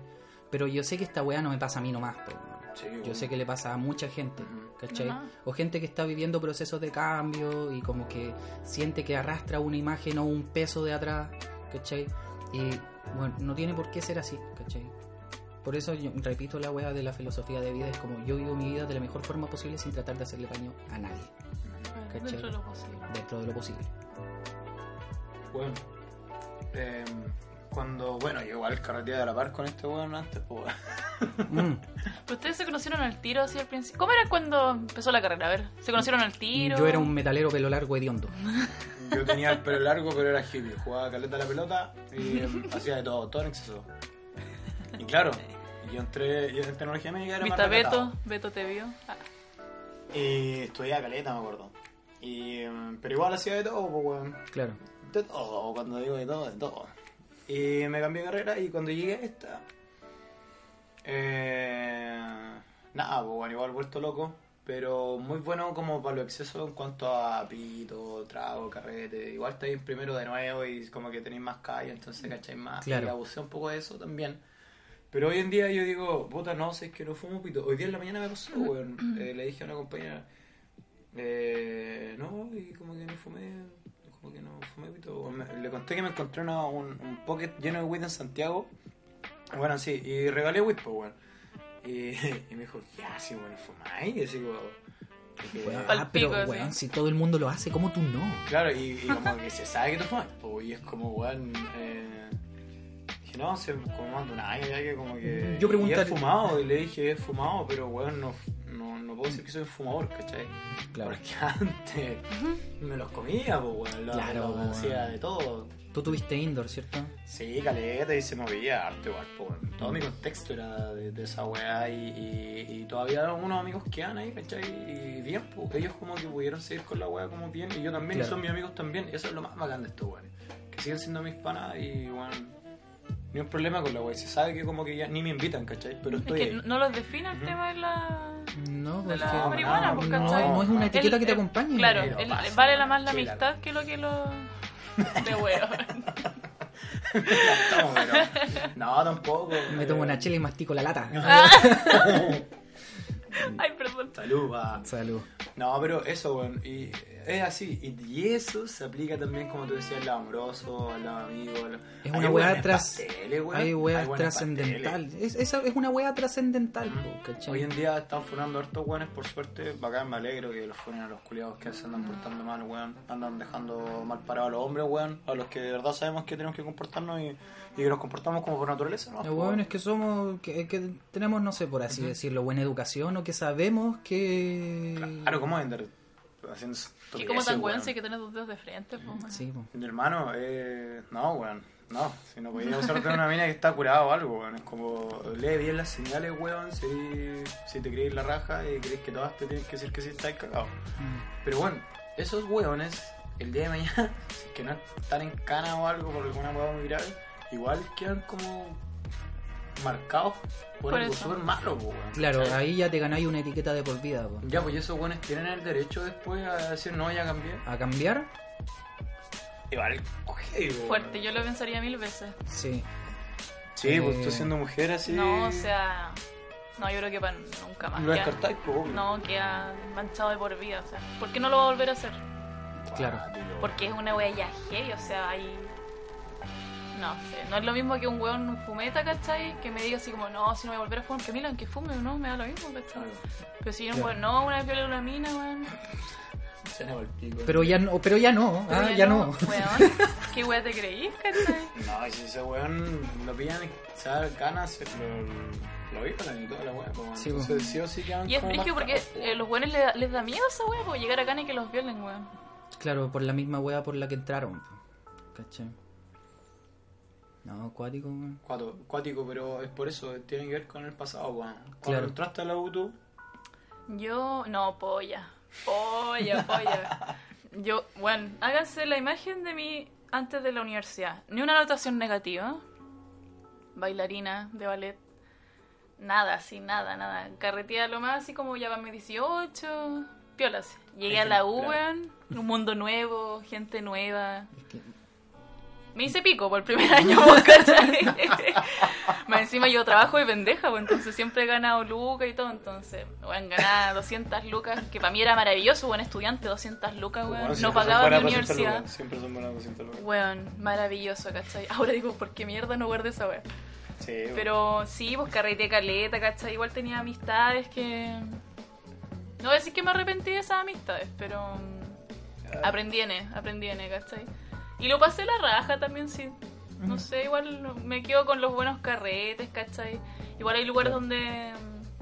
A: Pero yo sé que esta weá no me pasa a mí nomás. po.
B: Sí, weón.
A: Yo sé que le pasa a mucha gente,
B: Ujú.
A: ¿cachai?
C: Ajá.
A: O gente que está viviendo procesos de cambio y como que siente que arrastra una imagen o un peso de atrás, ¿cachai? Y bueno, no tiene por qué ser así, ¿cachai? Por eso yo repito la wea de la filosofía de vida, es como yo vivo mi vida de la mejor forma posible sin tratar de hacerle daño a nadie, ¿Cachai?
C: dentro de lo posible.
A: dentro de lo posible.
B: Bueno, eh, cuando, bueno, yo igual carreteaba a la par con este weón antes, pues weón.
A: Mm.
C: Pero ustedes se conocieron al tiro así al principio. ¿Cómo era cuando empezó la carrera? A ver, ¿se conocieron al tiro?
A: Yo era un metalero pelo largo hediondo.
B: Yo tenía el pelo largo, pero era hippie. Jugaba caleta a la pelota y em, hacía de todo, todo en exceso. Y claro, yo entré yo en tecnología médica, era
C: ¿Viste
B: más
C: a
B: recatado.
C: Beto? ¿Beto te vio? Ah,
B: Y estudiaba caleta, me acuerdo. Y, em, pero igual hacía de todo, pues, weón.
A: Claro.
B: De todo, cuando digo de todo, de todo. Y me cambié de carrera y cuando llegué a esta... Eh, nada, pues bueno, igual vuelto loco. Pero muy bueno como para lo exceso en cuanto a pito, trago, carrete. Igual estáis en primero de nuevo y como que tenéis más calle, entonces cacháis más.
A: Claro.
B: Y abusé un poco de eso también. Pero hoy en día yo digo, puta, no, sé que no fumo pito. Hoy día en la mañana me pasó, weón. Eh, le dije a una compañera, eh, no, y como que no fumé, como que no fumé pito. O me- Le conté que me encontré una- un, un pocket lleno de weed en Santiago. Bueno, sí, y regalé weed, pues, weón. Y, y me dijo, ya, sí, bueno, fumáis. Y así, como, dije,
A: Weón,
C: Pal
A: pero
C: pico,
A: weón,
C: sí.
A: si todo el mundo lo hace, ¿cómo tú no?
B: Claro, y, y como que se sabe que tú fumas, po, y es como, weón. Eh, dije, no, se como mando una ay, ay, que como que.
A: Yo
B: pregunté.
A: preguntaré-
B: He fumado, y le dije, he fumado, pero weón, no, no, no puedo decir que soy un fumador, ¿cachai?
A: Claro.
B: Porque antes me los comía, pues, weón, los,
A: Claro,
B: los
A: po,
B: hacía
A: weón.
B: de todo.
A: Tú tuviste indoor, ¿cierto?
B: Sí, caleta, y se movía harto igual, po, weón.
A: Mm.
B: Todo mi contexto era de, de esa weá, y, y, y todavía algunos amigos quedan ahí, ¿cachai? Y bien, po, ellos como que pudieron seguir con la weá como bien, y yo también,
A: Claro.
B: y son mis amigos también, eso es lo más bacán de estos weones. Que siguen siendo mis panas y, weón, ni un problema con la weá. Se sabe que como que ya ni me invitan, ¿cachai? Pero
C: es
B: estoy
C: que
B: ahí.
C: no- no los define el
B: Ujú.
C: tema de la...
A: No,
C: De
A: porque...
C: la marihuana, pues,
A: no,
C: ¿cachai?
A: no es una
B: El-
A: etiqueta que te
C: el-
A: acompañe.
C: Claro,
B: Pero
C: el-
B: pasa,
C: vale la más la
B: sí, la-
C: amistad que lo que lo... De huevo.
B: No, pero- no, tampoco.
A: Me
B: eh,
A: tomo una chela y mastico la lata.
C: Ay, perdón.
B: Salud, va.
A: Salud.
B: No, pero eso, weón, y es así, y, y eso se aplica también, como tú decías, al lado amoroso, al lado amigo. al-
A: Es una
B: Hay
A: weá
B: buenas
A: tras...
B: pasteles, weón,
A: Hay weá
B: buenas
A: trascendental. Es, esa es una weá trascendental,
B: pasteles.
A: po, ¿cachai?
B: Hoy en día están funando hartos weones, por suerte, bacán, me alegro que los funen a los culiados que se andan portando mal, weón. Andan dejando mal parados a los hombres, weón, a los que de verdad sabemos que tenemos que comportarnos y, y que nos comportamos como por naturaleza, ¿no?
A: Los hueones que somos, que, que tenemos, no sé, por así decirlo, buena educación o que sabemos que...
B: Claro, ¿cómo andar haciendo
C: Y como
B: estupideces,
C: tan
B: weón?
C: pues, weón si hay que tener dos dedos de frente, po, man.
A: Sí, po.
B: Mi hermano, eh, no, weón. No, si no podía usarte una mina que está curada o algo, weón. Es como, lee bien las señales, weón, si, si te crees la raja y crees que todas te tienen que decir que sí estáis cagado.
A: Mm.
B: Pero bueno, esos weones, el día de mañana, si es que no están en cana o algo por alguna hueá muy grave, igual quedan como marcados por,
C: Por
B: algo
C: eso.
B: súper malo, po, weón.
A: Claro,
B: ¿Cachai?
A: ahí ya te ganáis una etiqueta de por vida, po.
B: Ya, pues y esos weones tienen el derecho después a decir no, ya cambié.
A: ¿A cambiar?
B: Igual, coge, weón.
C: Fuerte, yo lo pensaría mil veces.
A: Sí.
B: Sí, pues tú
A: Eh,
B: siendo mujer así.
C: No, o sea. No, yo creo que para nunca más.
B: Lo
C: queda-
B: descartáis, pues, obvio.
C: Ah, no, queda manchado de por vida. O sea, ¿por qué no lo va a volver a hacer?
A: Claro.
B: Cuático.
C: Porque es una wea ya heavy, o sea, hay. No sé, no es lo mismo que un weón fumeta, ¿cachai? Que me diga así como, no, si no voy a volver a fumar, que milan, que fume, no, me da lo mismo, ¿cachai?
B: Claro.
C: Pero si un
A: Claro.
C: weón, no, una viola una mina, weón.
A: Ah,
B: Se nos va el pico.
A: Pero ya no, pero ya no,
C: Pero
A: ah, ya no.
C: Weón, ¿qué wea te creís, cachai?
B: No, y si ese weón lo pillan, se da ganas, se- lo, lo violan y toda la weón. Pues,
A: Sí,
B: entonces,
A: pues.
B: sí o sí quedan
C: Y es
B: como
C: frío porque
B: marcados,
C: eh, los weones le da- les, da miedo a esa wea por llegar acá y que los violen, weón.
A: Claro, por la misma wea por la que entraron, po. ¿cachai? No, acuático, weón.
B: Cuato- cuático, pero es por eso, tiene que ver con el pasado, weón. Cuando
A: Claro.
B: entraste a la UTU,
C: Yo, no, polla. Polla, polla. Yo, bueno, háganse la imagen de mí antes de la universidad. Ni una anotación negativa. Bailarina de ballet. Nada, así, nada, nada. Carretía lo más, así como ya van mis 18. Piolas. Llegué a la U,
B: Ejemplar.
C: weón. Un mundo nuevo, gente nueva.
A: Es que-
C: Me hice pico por el primer año, vos, ¿cachai? Más encima yo trabajo de pendeja, pues, entonces siempre he ganado lucas y todo, entonces, bueno, ganaba 200 lucas, que para mí era maravilloso, buen estudiante, 200 lucas,
B: weón,
C: weón,
B: siempre
C: no
B: son
C: pagaba
B: buenas
C: mi
B: para 200
C: universidad.
B: lucas, Siempre son buenas 200 lucas.
C: Weón, maravilloso, ¿cachai? Ahora digo, ¿por qué mierda no guardé esa weón?
B: Sí, weón.
C: Pero sí, pues carrete caleta, ¿cachai? Igual tenía amistades que... No voy a decir que me arrepentí de esas amistades, pero...
B: Ah,
C: Aprendí en, E, aprendí en, E, ¿cachai? Y lo pasé la raja también, sí. No sé, igual me quedo con los buenos carretes, ¿cachai? Igual hay lugares donde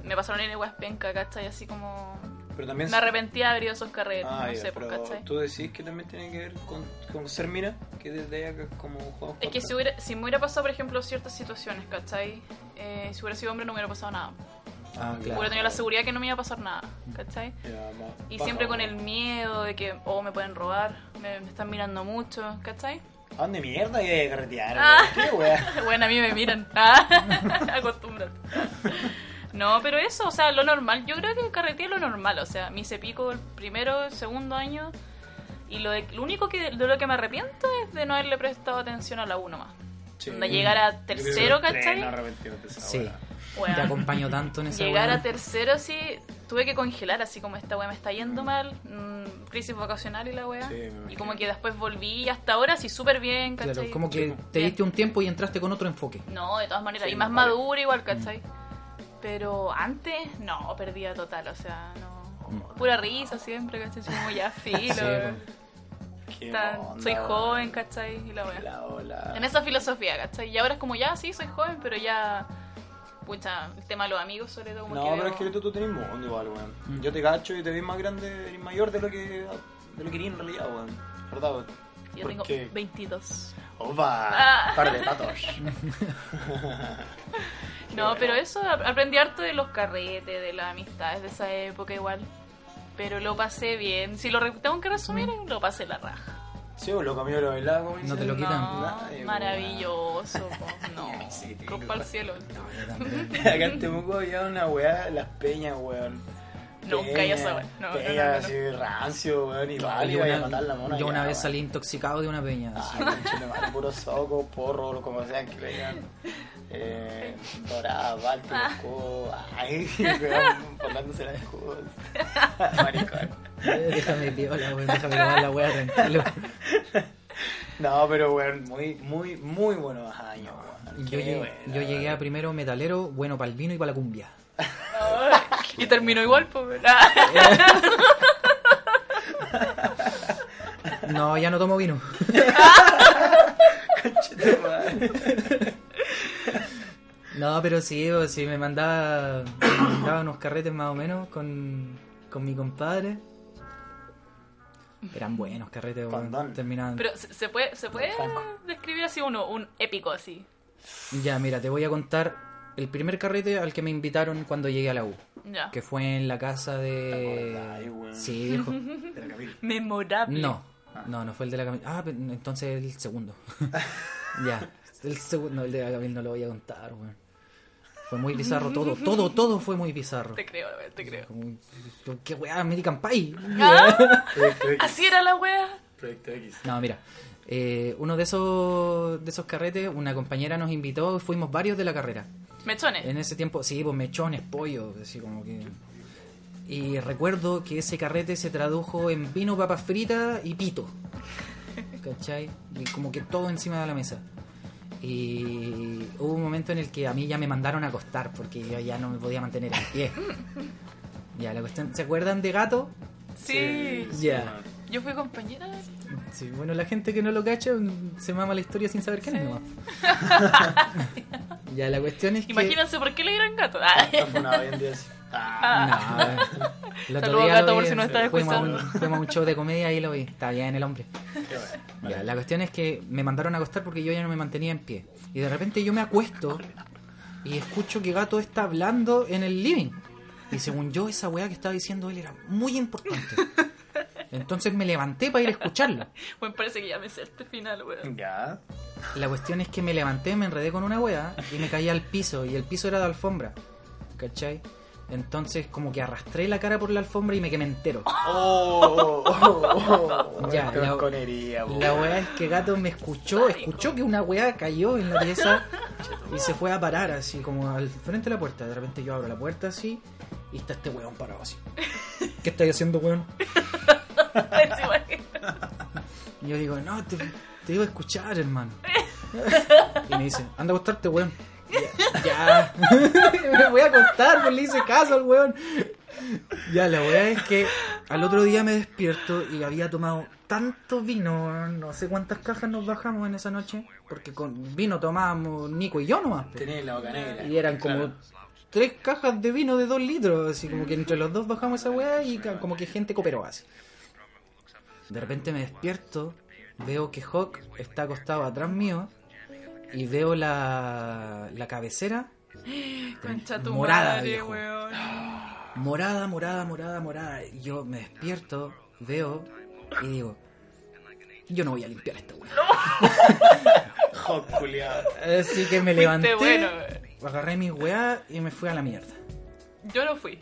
C: mm, me pasaron en el penca, ¿cachai? Así como...
B: pero también.
C: Me arrepentí de abrir esos carretes,
B: Ah,
C: no
B: ya,
C: sé, pues,
B: pero
C: ¿cachai?
B: tú decís que también tiene que ver con, con ser mina, que desde allá que es como juegos
C: Es que
B: contra-
C: si, hubiera- si me hubiera pasado, por ejemplo, ciertas situaciones, ¿cachai? Eh, si hubiera sido hombre no me hubiera pasado nada.
A: Ah, claro.
C: Hubiera tenido la seguridad que no me iba a pasar nada, ¿cachai?
B: Ya, ma-
C: Y
B: baja,
C: siempre con
B: weón.
C: el miedo de que, oh, me pueden robar, me, me están mirando mucho, ¿cachai?
B: ¿A dónde mierda hay que carretear?
C: Ah.
B: weón? ¿Qué weá?
C: Bueno, a mí me miran. Ah, Acostúmbrate. No, pero eso, o sea, lo normal. Yo creo que carreteé lo normal. O sea, me hice pico el primero, el segundo año. Y lo, de- lo único que, de lo que me arrepiento es de no haberle prestado atención a la 1 más. Cuando llegara tercero, ¿cachai?
B: No arrepentido de esa
A: Sí.
B: weá.
A: Te
C: Bueno,
A: acompaño tanto en esa
C: llegar
A: wea.
C: a tercero así, tuve que congelar así como esta weá me está yendo mal. mm, crisis vocacional y la weá.
B: Sí, me
C: y
B: imagino.
C: como que después volví y hasta ahora sí súper bien, ¿cachai?
A: Claro, como que
B: Sí,
A: te diste un tiempo y entraste con otro enfoque.
C: No, de todas maneras.
B: Sí, Mm.
C: y más
B: más vale.
C: madura igual, ¿cachai? Pero antes, no, perdía total, o sea,
A: "Ah,
C: no. Pura risa siempre, ¿cachai? Soy como ya filo.
A: Sí, po.
B: pues, Qué
C: está-
B: onda,
C: soy
B: weón.
C: joven, ¿cachai? Y la wea.
B: Hola, hola.
C: En esa filosofía, ¿cachai? Y ahora es como ya, sí, soy joven, pero ya. Pucha, el tema de los amigos, sobre todo. Como
B: No,
C: que
B: pero
C: veo-
B: es que tú, tú tenés mundo igual, weón.
A: Mm.
B: Yo te cacho y te ves más grande, eres mayor de lo que de lo que eres en realidad, weón. ¿Verdad, weón?
C: Yo tengo
B: Porque-
C: 22.
B: ¡Opa!
C: Ah.
B: Par de patos.
C: No,
B: bueno.
C: pero eso, ap- aprendí harto de los carretes, de las amistades de esa época igual. Pero lo pasé bien. Si lo re- tengo que resumir,
B: Mm.
C: lo pasé la raja.
B: Sí, vos lo cambió lo bailaba, como
A: No te
B: dicen.
A: lo quitan.
B: Nadie,
C: maravilloso, po. no.
B: Sí, tiene
C: Copa
B: que
C: al cielo.
A: No, yo también.
B: Acá en Temuco había una weá, las peñas, weón.
C: Nunca ya
B: Peñas,
C: sabes. No, no,
B: peñas
C: no, no, no.
B: así rancio, weón, y
A: Yo
B: vale, vaya a matar la mona.
A: yo
B: ya,
A: una vez
B: weón. Ah.
A: salí intoxicado de una peña. así.
B: Ay, conchetumare, puro soco, porro, como sean que le digan. Eh, dorada, Báltico,
C: Ah.
B: escudo. Ay, weón, portándose las escudos. Maricón.
A: Eh, Déjame piola, weón, déjame tomar la wea tranquilo.
B: No, pero weón, muy, muy, muy buenos años, weón.
A: Yo
B: Qué
A: llegué,
B: buena,
A: yo llegué a primero metalero, bueno para el vino y para la cumbia.
C: Y terminó igual, po. Ah,
A: No, ya no tomo vino.
B: conchetumare.
A: No, pero sí, o sí me mandaba, me mandaba unos carretes más o menos con, con mi compadre. Eran buenos carretes, weón.
B: Pandón.
A: Terminaban.
C: Pero se se puede, se puede
B: Franco.
C: describir así uno, un épico así.
A: Ya, mira, te voy a contar el primer carrete al que me invitaron cuando llegué a la U.
C: Ya.
A: Que fue en la casa
B: ¿Te
A: de.
B: acordás, weón?
A: Sí, viejo.
B: De la Camila.
C: Memorable.
A: No, no, no fue el de la Camil. Ah, pero entonces el segundo. ya, el segundo, no, el de la Camil no lo voy a contar, weón. Fue muy bizarro todo, todo, todo fue muy bizarro.
C: Te creo, a ver, te creo.
A: Como, ¿Qué weá, American Pie?
C: Ah,
B: Proyecto X.
C: Así era la wea.
B: Proyecto X.
A: No, mira, eh, uno de esos, de esos carretes, una compañera nos invitó, fuimos varios de la carrera.
C: Mechones.
A: En ese tiempo, sí, pues mechones, pollo, así como que... Y recuerdo que ese carrete se tradujo en vino, papas fritas y pito. ¿Cachai? Y como que todo encima de la mesa. Y hubo un momento en el que a mí ya me mandaron a acostar porque yo ya no me podía mantener en pie. Ya, la cuestión, ¿se acuerdan de gato?
C: Sí.
A: Ya.
C: Yo fui compañera.
A: Sí, bueno, la gente que no lo cacha mm, se mama la historia sin saber quién es nomás. ya, la cuestión es que...
C: Imagínense por qué le dieron gato. Ah,
B: Esta fue una hoy en día así. Ah,
A: No, el otro
C: Saludos,
A: día
C: gato,
A: lo
C: por
A: vi,
C: si nos estás
A: fuimos, a un,
C: escuchando.
A: fuimos a un show de comedia y lo vi. Está bien el hombre.
B: qué bueno.
A: Ya, la cuestión es que me mandaron a acostar porque yo ya no me mantenía en pie. Y de repente yo me acuesto y escucho que gato está hablando en el living. Y según yo, esa weá que estaba diciendo él era muy importante. Entonces me levanté para ir a escucharlo.
C: Bueno, parece que ya me sé este final, weón.
B: Ya.
A: La cuestión es que me levanté, me enredé con una wea y me caí al piso. Y el piso era de alfombra. ¿Cachai? Entonces como que arrastré la cara por la alfombra y me quemé entero.
B: Oh, oh, oh, oh.
A: Ya,
B: Qué
A: la-
B: horconería, weón.
A: La weá es que Gato me escuchó, escuchó que una weá cayó en la pieza y se fue a parar así, como al frente de la puerta. De repente yo abro la puerta así y está este weón parado así. ¿Qué estáis haciendo, weón?
C: Encima que-
A: Y yo digo, no, te, te iba a escuchar, hermano. Y me dice, anda a acostarte, weón. Ya, ya. me voy a acostar, pues le hice caso al weón. Ya, la weá es que al otro día me despierto y había tomado tanto vino, weón. no sé cuántas cajas nos bajamos en esa noche, porque con vino tomábamos Nico y yo nomás. pues.
B: Tenés la boca
C: Eh,
B: negra.
A: Y eran como
B: Claro.
A: tres cajas de vino de dos litros, así como que entre los dos bajamos esa weá y ca- como que gente cooperó así. De repente me despierto, veo que Hawk está acostado atrás mío y veo la, la cabecera
C: Concha tu
A: Morada,
C: madre,
A: viejo.
C: weón.
A: morada, morada, morada, morada. Y yo me despierto, veo y digo, yo no voy a limpiar esta weá.
B: Hawk, culiao.
A: Así que me
C: Fuiste
A: levanté,
C: bueno, weón.
A: agarré mi weá y me fui a la mierda.
C: Yo no fui.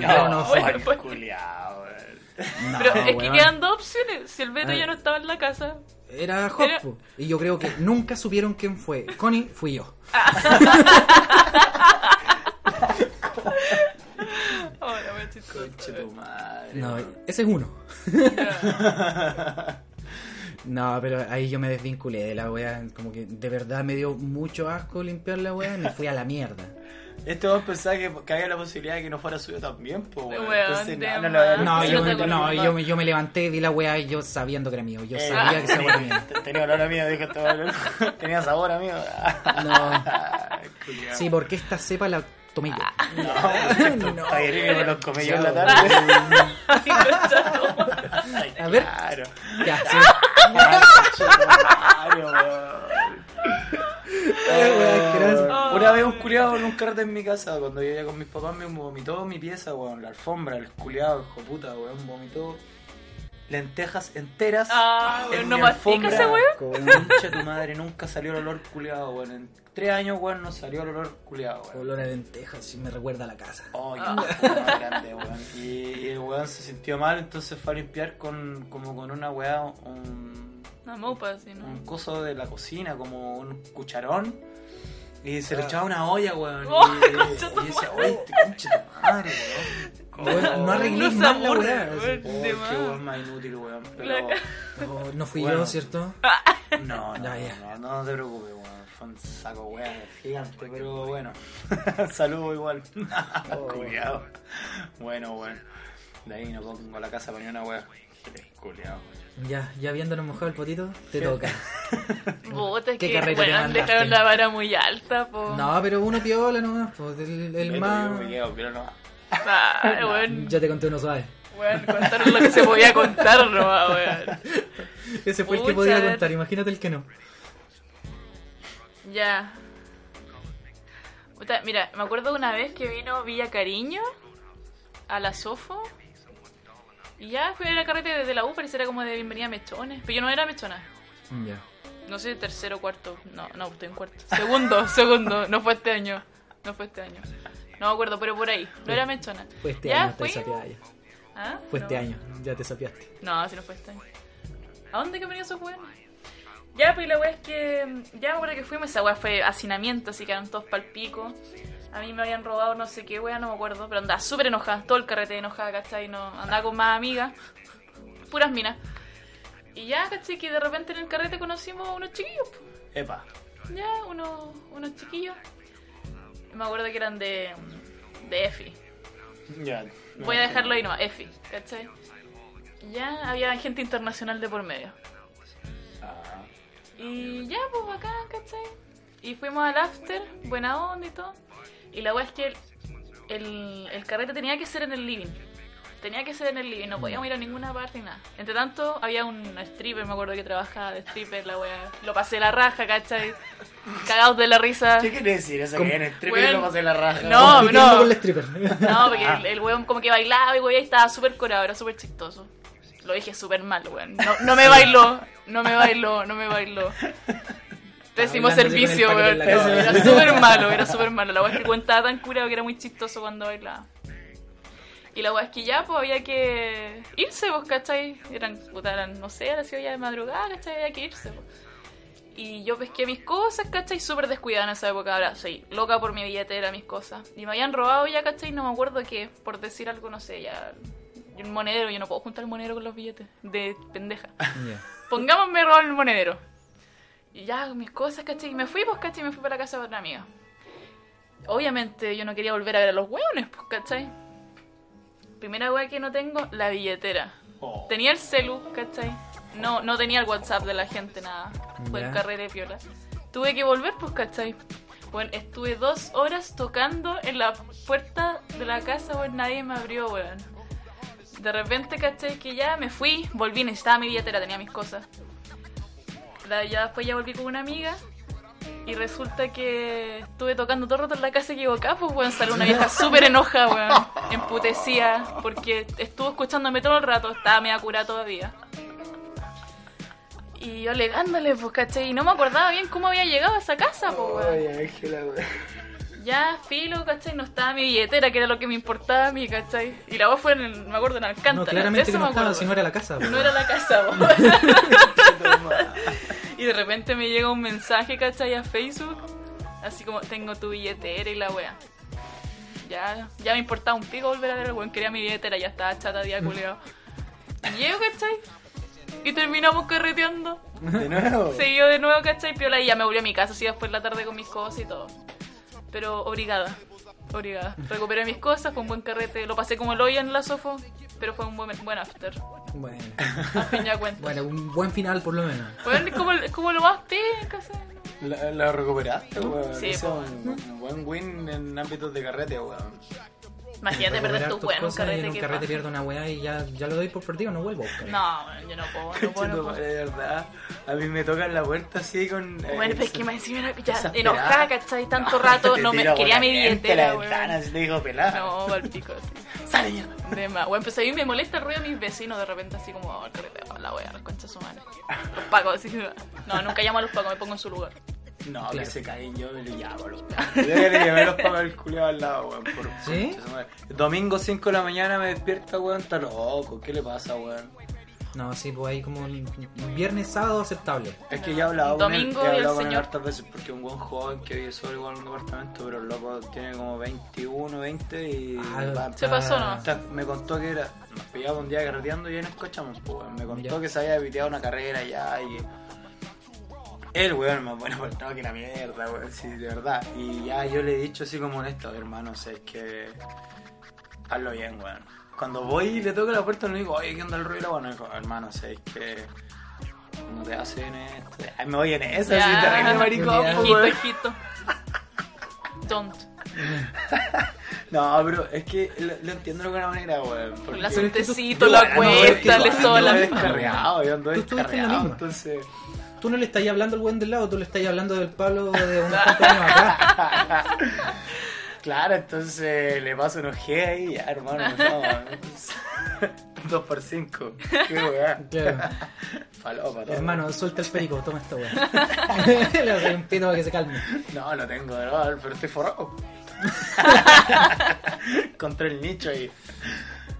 A: No, no,
C: bueno,
A: Hawk,
C: pues.
B: Culiao, weón.
A: No,
C: Pero es que
A: weón.
C: quedan dos opciones. Si el Beto
A: Ah.
C: ya no estaba en la casa.
A: Era Hop.
C: Era-
A: po. Y yo creo que nunca supieron quién fue. Connie fui yo.
C: Ahora, weón, chistoso.
B: Conche tu madre.
A: No,
B: weón.
A: ese es uno.
C: Ya.
A: No, pero ahí yo me desvinculé de la wea. Como que de verdad me dio mucho asco limpiar la wea. Me fui a la mierda.
B: Este vos pensaba que, que había la posibilidad de que no fuera suyo también, pues, weón.
C: Weón,
B: Entonces,
C: de
B: no, no,
C: más.
B: lo-
A: No,
C: Ah, Sí,
A: yo,
C: no te
A: me,
C: acuerdas,
A: no, yo, me- yo me levanté, vi la wea y yo sabiendo que era mío. Yo
B: Eh,
A: sabía que esa wea era mía.
B: Tenía olor a mío, dijo este weón. Tenía sabor a mío.
A: No.
B: Ay, culiao.
A: Sí, porque esta cepa la tomé yo.
C: Ah.
B: No,
A: No.
B: está bien, que me los comí yo en la
A: Chao.
B: tarde.
C: Ay, concha tu madre.
B: Ay,
A: A ver.
B: Claro.
A: Ya, sí.
B: Ay, conchetumare, weón.
A: asqueroso.
B: Una vez un culiado en un carrete en mi casa, cuando yo iba con mis papás, me vomitó mi pieza, weón, la alfombra, el culiado, hijo de puta, weón, vomitó lentejas enteras.
C: Ah,
B: en
C: weón, no
B: mi
C: mastica
B: alfombra.
C: ese weón.
B: Concha tu madre, nunca salió el olor culiado, weón. En tres años, weón, no salió el olor culiado, weón.
A: Olor a lentejas, sí, me recuerda a la casa.
B: Oh, qué weón más grande, weón. Y, y el weón se sintió mal, entonces fue a limpiar con, como con una weá, un,
C: Una mopa, así, ¿no?
B: un coso de la cocina, como un cucharón. Y se
A: Ah.
B: le echaba una olla, weón.
C: Oh,
B: y, y
C: concha tu
B: decía,
C: madre.
B: oye, te concha tu madre, weón.
A: Weón, no arreglé
C: No se
A: mal la
C: aburre,
A: weá.
B: Oh,
C: weón, de
B: qué
C: más.
B: weón más inútil, weón. Pero,
C: La-
A: Oh, no fui
B: Bueno.
A: yo, ¿cierto?
B: no, no,
A: Ya, ya.
B: no, no, no te preocupes, weón. Fue un saco, weón, gigante, pero bueno. Saludo igual.
A: Oh,
B: Culeado. Bueno, weón. De ahí no pongo la casa para ni una weón. Culeado.
A: Ya, ya viéndonos mojado el potito, te toca.
C: Puta, es
A: ¿Qué
C: que
A: carrete te
C: weón,
A: mandaste?
C: dejaron la vara muy alta, po.
A: No, pero uno piola nomás, pues el, el más.
B: Yo me quedo, pero no.
C: Ah, weón.
A: Ya te conté uno suave.
C: Weón, contaron lo que se podía contar nomás, weón.
A: Ese fue el que
C: Pucha, a
A: podía
C: ver.
A: contar, imagínate el que no.
C: Ya. Puta, Mira, me acuerdo una vez que vino Villa Cariño a la Sofo. Y ya fui a la carrete desde la U, pero era como de bienvenida a Mechones. Pero yo no era Mechona.
A: Ya.
C: No sé, tercero, cuarto. No, no, estoy en cuarto. Segundo, segundo. No fue este año. No fue este año. No me acuerdo, pero por ahí. No era Mechona.
A: Fue este
C: Ya,
A: año, te
C: fui.
A: sapeada ya.
C: ¿Ah?
A: Fue este
C: No.
A: año, ya te sapeaste.
C: No, si no fue este año. ¿A dónde que venían esos weones? Ya, pues y la wea es que. mm, Ya me acuerdo que fuimos, esa wea fue hacinamiento, así quedaron todos pal pico. A mí me habían robado no sé qué wea, no me acuerdo, pero andaba súper enojada, todo el carrete enojada, ¿cachai? No, andaba con más amigas, puras minas. Y ya, ¿cachai? Que de repente en el carrete conocimos a unos chiquillos, po.
B: Epa.
C: Ya, unos, unos chiquillos. Me acuerdo que eran de. de EFI.
B: Ya.
C: Voy a dejarlo ahí nomás, EFI, ¿cachai? Ya había gente internacional de por medio.
B: Ah,
C: Y ya, pues bacán, ¿cachai? Y fuimos al after, buena onda y todo. Y la wea es que el, el, el carrete tenía que ser en el living. Tenía que ser en el living, no podíamos ir a ninguna parte ni nada. Entre tanto, había un stripper, me acuerdo que trabajaba de stripper, la wea. Lo pasé la raja, ¿cachai? Cagados de la risa.
B: ¿Qué quiere decir eso?
A: Con-
B: Que en el
C: Bueno.
B: triple lo pasé la raja.
C: No,
A: Compitiendo
C: no.
A: con la stripper.
C: No, porque el, el weón como que bailaba y weón y estaba súper corado, era súper chistoso. Lo dije súper mal, weón. No, no me bailó, no me bailó, no me bailó. Pésimo
A: bailando así con el
C: servicio,
A: paquete en
C: weón.
A: la
B: cara.
C: Era súper malo, era súper malo. La weón es que contaba tan curado que era muy chistoso cuando bailaba. Y la weón es que ya, pues había que irse, vos, ¿cachai? Eran, puta, eran, no sé, era sido ya de madrugada, ¿cachai? Había que irse, po. Y yo pesqué mis cosas, ¿cachai? Súper descuidada en esa época. Ahora soy loca por mi billetera, mis cosas. Y me habían robado ya, ¿cachai? No me acuerdo qué. Por decir algo, no sé, ya. y Un monedero, yo no puedo juntar el monedero con los billetes. De pendeja.
A: Ya.
C: Pongamos me robaron el monedero. Y ya, mis cosas, ¿cachai? Y me fui, pues, ¿cachai? Y me fui para la casa de otra amiga. Obviamente yo no quería volver a ver a los hueones, pues, ¿cachai? Primera hueá que no tengo, la billetera.
B: Oh.
C: Tenía el celu, ¿cachai? No, no tenía el WhatsApp de la gente, nada. Fue
A: Ya.
C: el carrete piola. Tuve que volver, pues, ¿cachai? Bueno, estuve dos horas tocando en la puerta de la casa, bueno, nadie me abrió, weón. De repente, ¿cachai? Que ya me fui, volví, necesitaba mi billetera, tenía mis cosas. La- ya después ya volví con una amiga. Y resulta que estuve tocando todo el rato en la casa equivocada, pues weón, salió una vieja súper enojada, weón, emputecía, porque estuvo escuchándome todo el rato, estaba media curada todavía. Y yo alegándole, pues caché, y no me acordaba bien cómo había llegado a esa casa, pues weón.
B: Ay, Ángela, weón.
C: Ya, filo, ¿cachai? No estaba mi billetera, que era lo que me importaba a mí, ¿cachai? Y la voz fue en el, me acuerdo, en Alcántara.
A: No, claramente
C: Eso
A: que no
C: me
A: estaba,
C: acuerdo.
A: si no era la casa. pues. po.
C: No era la casa, po. Y de repente me llega un mensaje, ¿cachai? A Facebook. Así como, tengo tu billetera y la wea. Ya, ya me importaba un pico volver a ver al weón. Quería mi billetera, ya estaba chata, día culeado. Llego, ¿cachai? Y terminamos carreteando.
B: De nuevo.
C: Seguido de nuevo, ¿cachai? Piola y ya me volví a mi casa, así después la tarde con mis cosas y todo. Pero obligada, obligada. Recuperé mis cosas, fue un buen carrete. Lo pasé como el hoyo en la sofo, pero fue un buen, buen after.
A: Bueno,
C: Al fin ya cuenta.
A: bueno, un buen final por lo menos.
C: Bueno, es como, es como lo más penca, ¿sí?
B: Lo, lo recuperaste, weón.
C: Sí,
B: Eso
C: po.
B: es un, un buen win en ámbitos de carrete, weón.
C: Imagínate perder
A: Recuperar
C: tu
A: tus
C: weón en un
A: cosas y
C: carrete
A: en un
C: que
A: carrete
C: pasa.
A: pierdo una weá y ya, ya lo doy por perdido, no vuelvo. carajo.
C: No, bueno, yo no puedo, no puedo, no
B: Chetumare,
C: puedo.
B: de verdad. A mí me tocan la puerta así con. eh,
C: Bueno, pero es que me encima era ya
B: Desesperada.
C: enojada, ¿cachai? Tanto rato,
B: te
C: no me
B: tiro
C: quería
B: por
C: mi
B: la frente, la
C: billetera,
B: ventana,
C: weón.
B: así te digo pelada.
C: No, al pico, sí.
B: Sale mierda.
C: De más. Bueno, pues a mí me molesta el ruido de mis vecinos de repente, así como, oh, el carrete, oh, la wea, los conchas su madre. Los pacos, así que- No, nunca llamo a los pacos, me pongo en su lugar.
B: No, que
A: Claro.
B: se caguen, yo me lo llamo a los pagos. Yo le llamé a los pagos al culiao al lado, weón. Por
A: ¿Sí?
B: concha su madre. Domingo 5 de la mañana me despierta, weón. Está loco, ¿qué le pasa, weón?
A: No, sí, pues ahí como un un viernes, sábado aceptable.
B: Es que ya he hablado
C: Domingo
B: con él,
C: y
B: he
C: el
B: hablado con él
C: señor.
B: hartas veces porque un buen joven que vive solo igual en un departamento, pero el loco tiene como 21, 20 y
A: Ah,
B: va-
C: Se pasó, ¿no?
B: O sea, me contó que era, nos pillaba un día carreteando y ahí nos cochamos, pues, weón. Me contó
A: Ya.
B: que se había piteado una carrera ya y que... El weón más bueno portado que la mierda, weón, sí, de verdad. Y ya yo le he dicho así como honesto, hermano, o sea, es que... Hazlo bien, weón. Cuando voy y le toco la puerta, no digo, oye, ¿qué onda el ruido? Bueno, dijo, hermano, o sea, es que... No te hacen esto. Ay, me voy en esa,
C: Ya.
B: así, terrible
A: Ya.
B: maricón, pues, po,
C: Hijito,
B: weón.
C: hijito. Don't.
B: No, pero es que lo, lo entiendo de alguna manera, weón. porque-
C: Le hace
A: Pero
C: un
A: es que tú-
C: tecito,
B: ah,
A: yo,
C: la
A: bueno, no, es que
C: cuesta,
A: yo-
C: le
A: yo
C: sola.
B: Yo ando descarriado, yo ando
A: Tú estuviste en la
B: descarriado,
A: misma.
B: entonces...
A: Tú no le estás hablando al buen del lado, tú le estás hablando del Pablo de unos cuantos años atrás.
B: Claro, entonces le paso unos G ahí, ya, hermano, no. Dos por cinco. Qué weá.
A: Claro.
B: Falopa, todo.
A: Hermano, suelta el perico, toma esta weá. Le doy un pito para que se calme.
B: No, no tengo droga, pero estoy forrado. Contra el nicho ahí.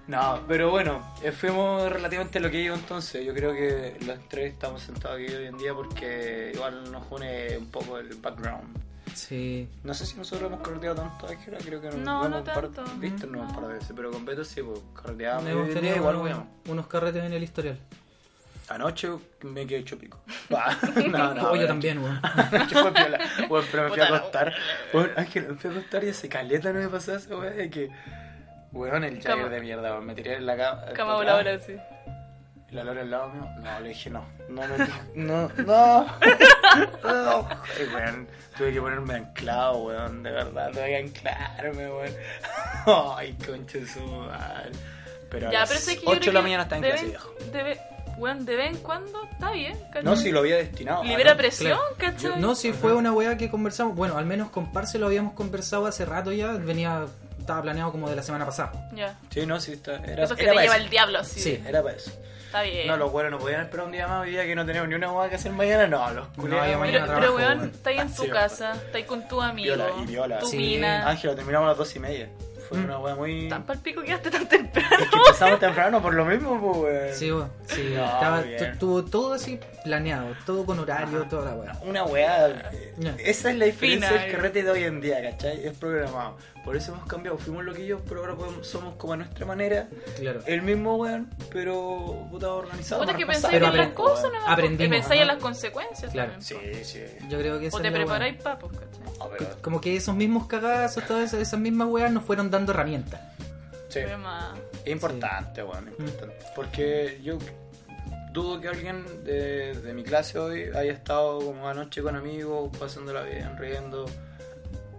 B: No, pero bueno, eh, fuimos relativamente lo que digo entonces. Yo creo que los tres estamos sentados aquí hoy en día porque igual nos une un poco el background.
A: Sí.
B: No sé si nosotros hemos correteado tanto, Ángela, creo que nos
C: No, no
B: hemos par-
C: tanto.
B: visto no. un par de veces, pero con Beto sí, pues correteábamos.
A: Hemos
B: Hoy en día
A: tenido
B: igual
A: unos-
B: weamos.
A: unos carretes en el historial.
B: Anoche me quedé hecho pico. Ah, no, no,
A: o yo
B: pero-
A: también, weón.
B: Anoche fue piola. Bueno, pero me fui a
C: Puta la
B: acostar. Bueno, Ángel, me fui a acostar y ese caleta no me pasó eso, weón. Es que, weón, el
C: Cama.
B: Jagger de mierda, weón. Me tiré en la cama.
C: Cama
B: atrás,
C: voladora, sí.
B: Y la Lola al lado mío. No, le dije no. No, me, no, no. No. Ay, weón. Tuve que ponerme anclado, weón. De verdad, tuve que anclarme, weón. Ay, concha de su madre. Pero a
C: Ya,
B: las
C: pero sé que yo
B: 8 de
C: creo
B: la
C: que
B: mañana está en
C: de
B: clase,
C: vez-
B: viejo.
C: de vez- weón, de vez en cuando está bien, ¿cachai?
B: No, si lo había destinado.
C: Libera
B: Ah, no.
C: presión,
A: claro.
C: ¿cachai?
A: No, sí, fue una weá que conversamos. Bueno, al menos con Parce lo habíamos conversado hace rato ya. Venía, estaba planeado como de la semana pasada.
C: Ya.
B: Sí, no, sí, está. Era,
C: Eso que
B: era
C: te
B: para
C: lleva
B: eso.
C: el diablo, así.
A: Sí.
B: Era para eso.
C: Está bien.
B: No, los güeros no podían esperar un día más, hoy día que no tenemos ni una hueá que hacer mañana, no, los
A: yo
B: culiados.
C: Pero,
A: mañana
C: pero,
A: trabajo,
C: weón,
A: weón.
C: está ahí en
B: Ah, Sí,
C: tu
B: weón.
C: casa, está ahí con tu amigo,
B: Viola, y viola,
C: tu
A: sí.
C: mina.
B: Ángela, terminamos a las dos y media. Fue
A: Mm.
B: una hueá muy...
C: Tan
B: Es
C: pal pico quedaste tan temprano.
B: que empezamos temprano por lo mismo, pues, weón.
A: Sí, weón. Sí,
B: No,
A: estaba,
B: bien.
A: tu- tuvo todo así planeado, todo con horario,
B: Ajá.
A: toda la weá.
B: Una weá.
A: No.
B: Esa es la diferencia
C: Fina,
B: del
C: eh.
B: carrete de hoy en día, ¿cachai? Es programado. Por eso hemos cambiado, fuimos loquillos, pero ahora podemos- somos como a nuestra manera.
A: Claro.
B: El mismo weón, pero puta organizado.
C: Puta
B: más
C: que pensáis
B: responsable.
C: en las
A: aprend-
C: cosas, ¿no?
A: aprendimos,
C: Pensáis en
A: ajá.
C: las consecuencias.
A: Claro.
C: también, po.
B: Sí, sí.
A: Yo creo que esa
C: O
A: es
C: te
A: la weá.
C: preparáis para, pues, ¿cachai?
B: No, pero-
A: Como que esos mismos cagazos, todas esas, esas mismas weas nos fueron dando herramientas.
B: sí.
C: Pero más-
B: Es Importante, weón,
A: Mm.
B: importante. Porque yo dudo que alguien de, de mi clase hoy haya estado como anoche con amigos, pasándola bien, riendo,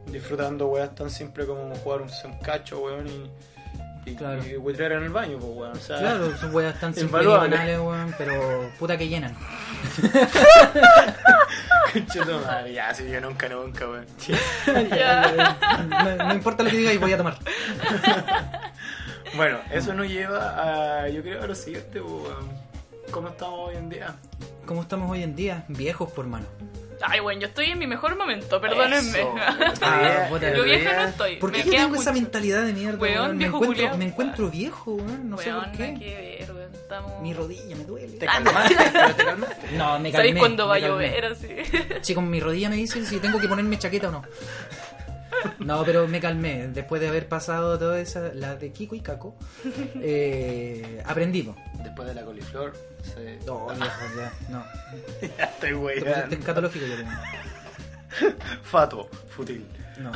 B: disfrutando weas tan simple como jugar un cacho, weón, y, y,
A: Claro.
B: y buitrear en el baño, pues, weón. O
C: Ah.
B: sea,
A: Claro, son weas tan simples y
B: Invaluable.
A: banales, weón, pero puta que llenan.
B: chuta madre, ya, sí, yo nunca, nunca, weón.
A: Eh, no, no importa lo que diga y voy a tomar.
B: Bueno, eso nos lleva a, yo creo, a lo siguiente, pues, weón. ¿Cómo estamos hoy en día?
A: ¿Cómo estamos hoy en día? Viejos, por mano.
C: Ay, bueno, yo estoy en mi mejor momento, perdónenme.
B: Eso.
A: Ah, puta.
B: El
C: Yo
B: otro
C: vieja
B: día-
C: no estoy.
A: ¿Por qué
C: me
A: yo
C: queda
A: tengo esa
C: mucho.
A: mentalidad de mierda?
C: Weón,
A: weón? Me,
C: viejo
A: encuentro,
C: culiao.
A: me encuentro viejo, weón, no
C: Weón,
A: sé
C: hay
A: por qué.
C: que ver, weón, estamos-
A: Mi rodilla me duele.
B: ¿Te calmaste? ¿Pero te calmaste?
A: No, me calmé.
C: ¿Sabéis cuándo va a
A: me calmé.
C: llover así?
A: Sí, con mi rodilla me dicen si tengo que ponerme chaqueta o no. No, pero me calmé. Después de haber pasado todas esas, las de Kiko y Kako, eh, aprendimos. Oh,
B: Después de la coliflor, se...
A: No, viejo, ya, no.
B: Ya estoy
A: Te pusiste en
B: weyando.
A: catológico, yo creo.
B: Fato, futil.
A: No,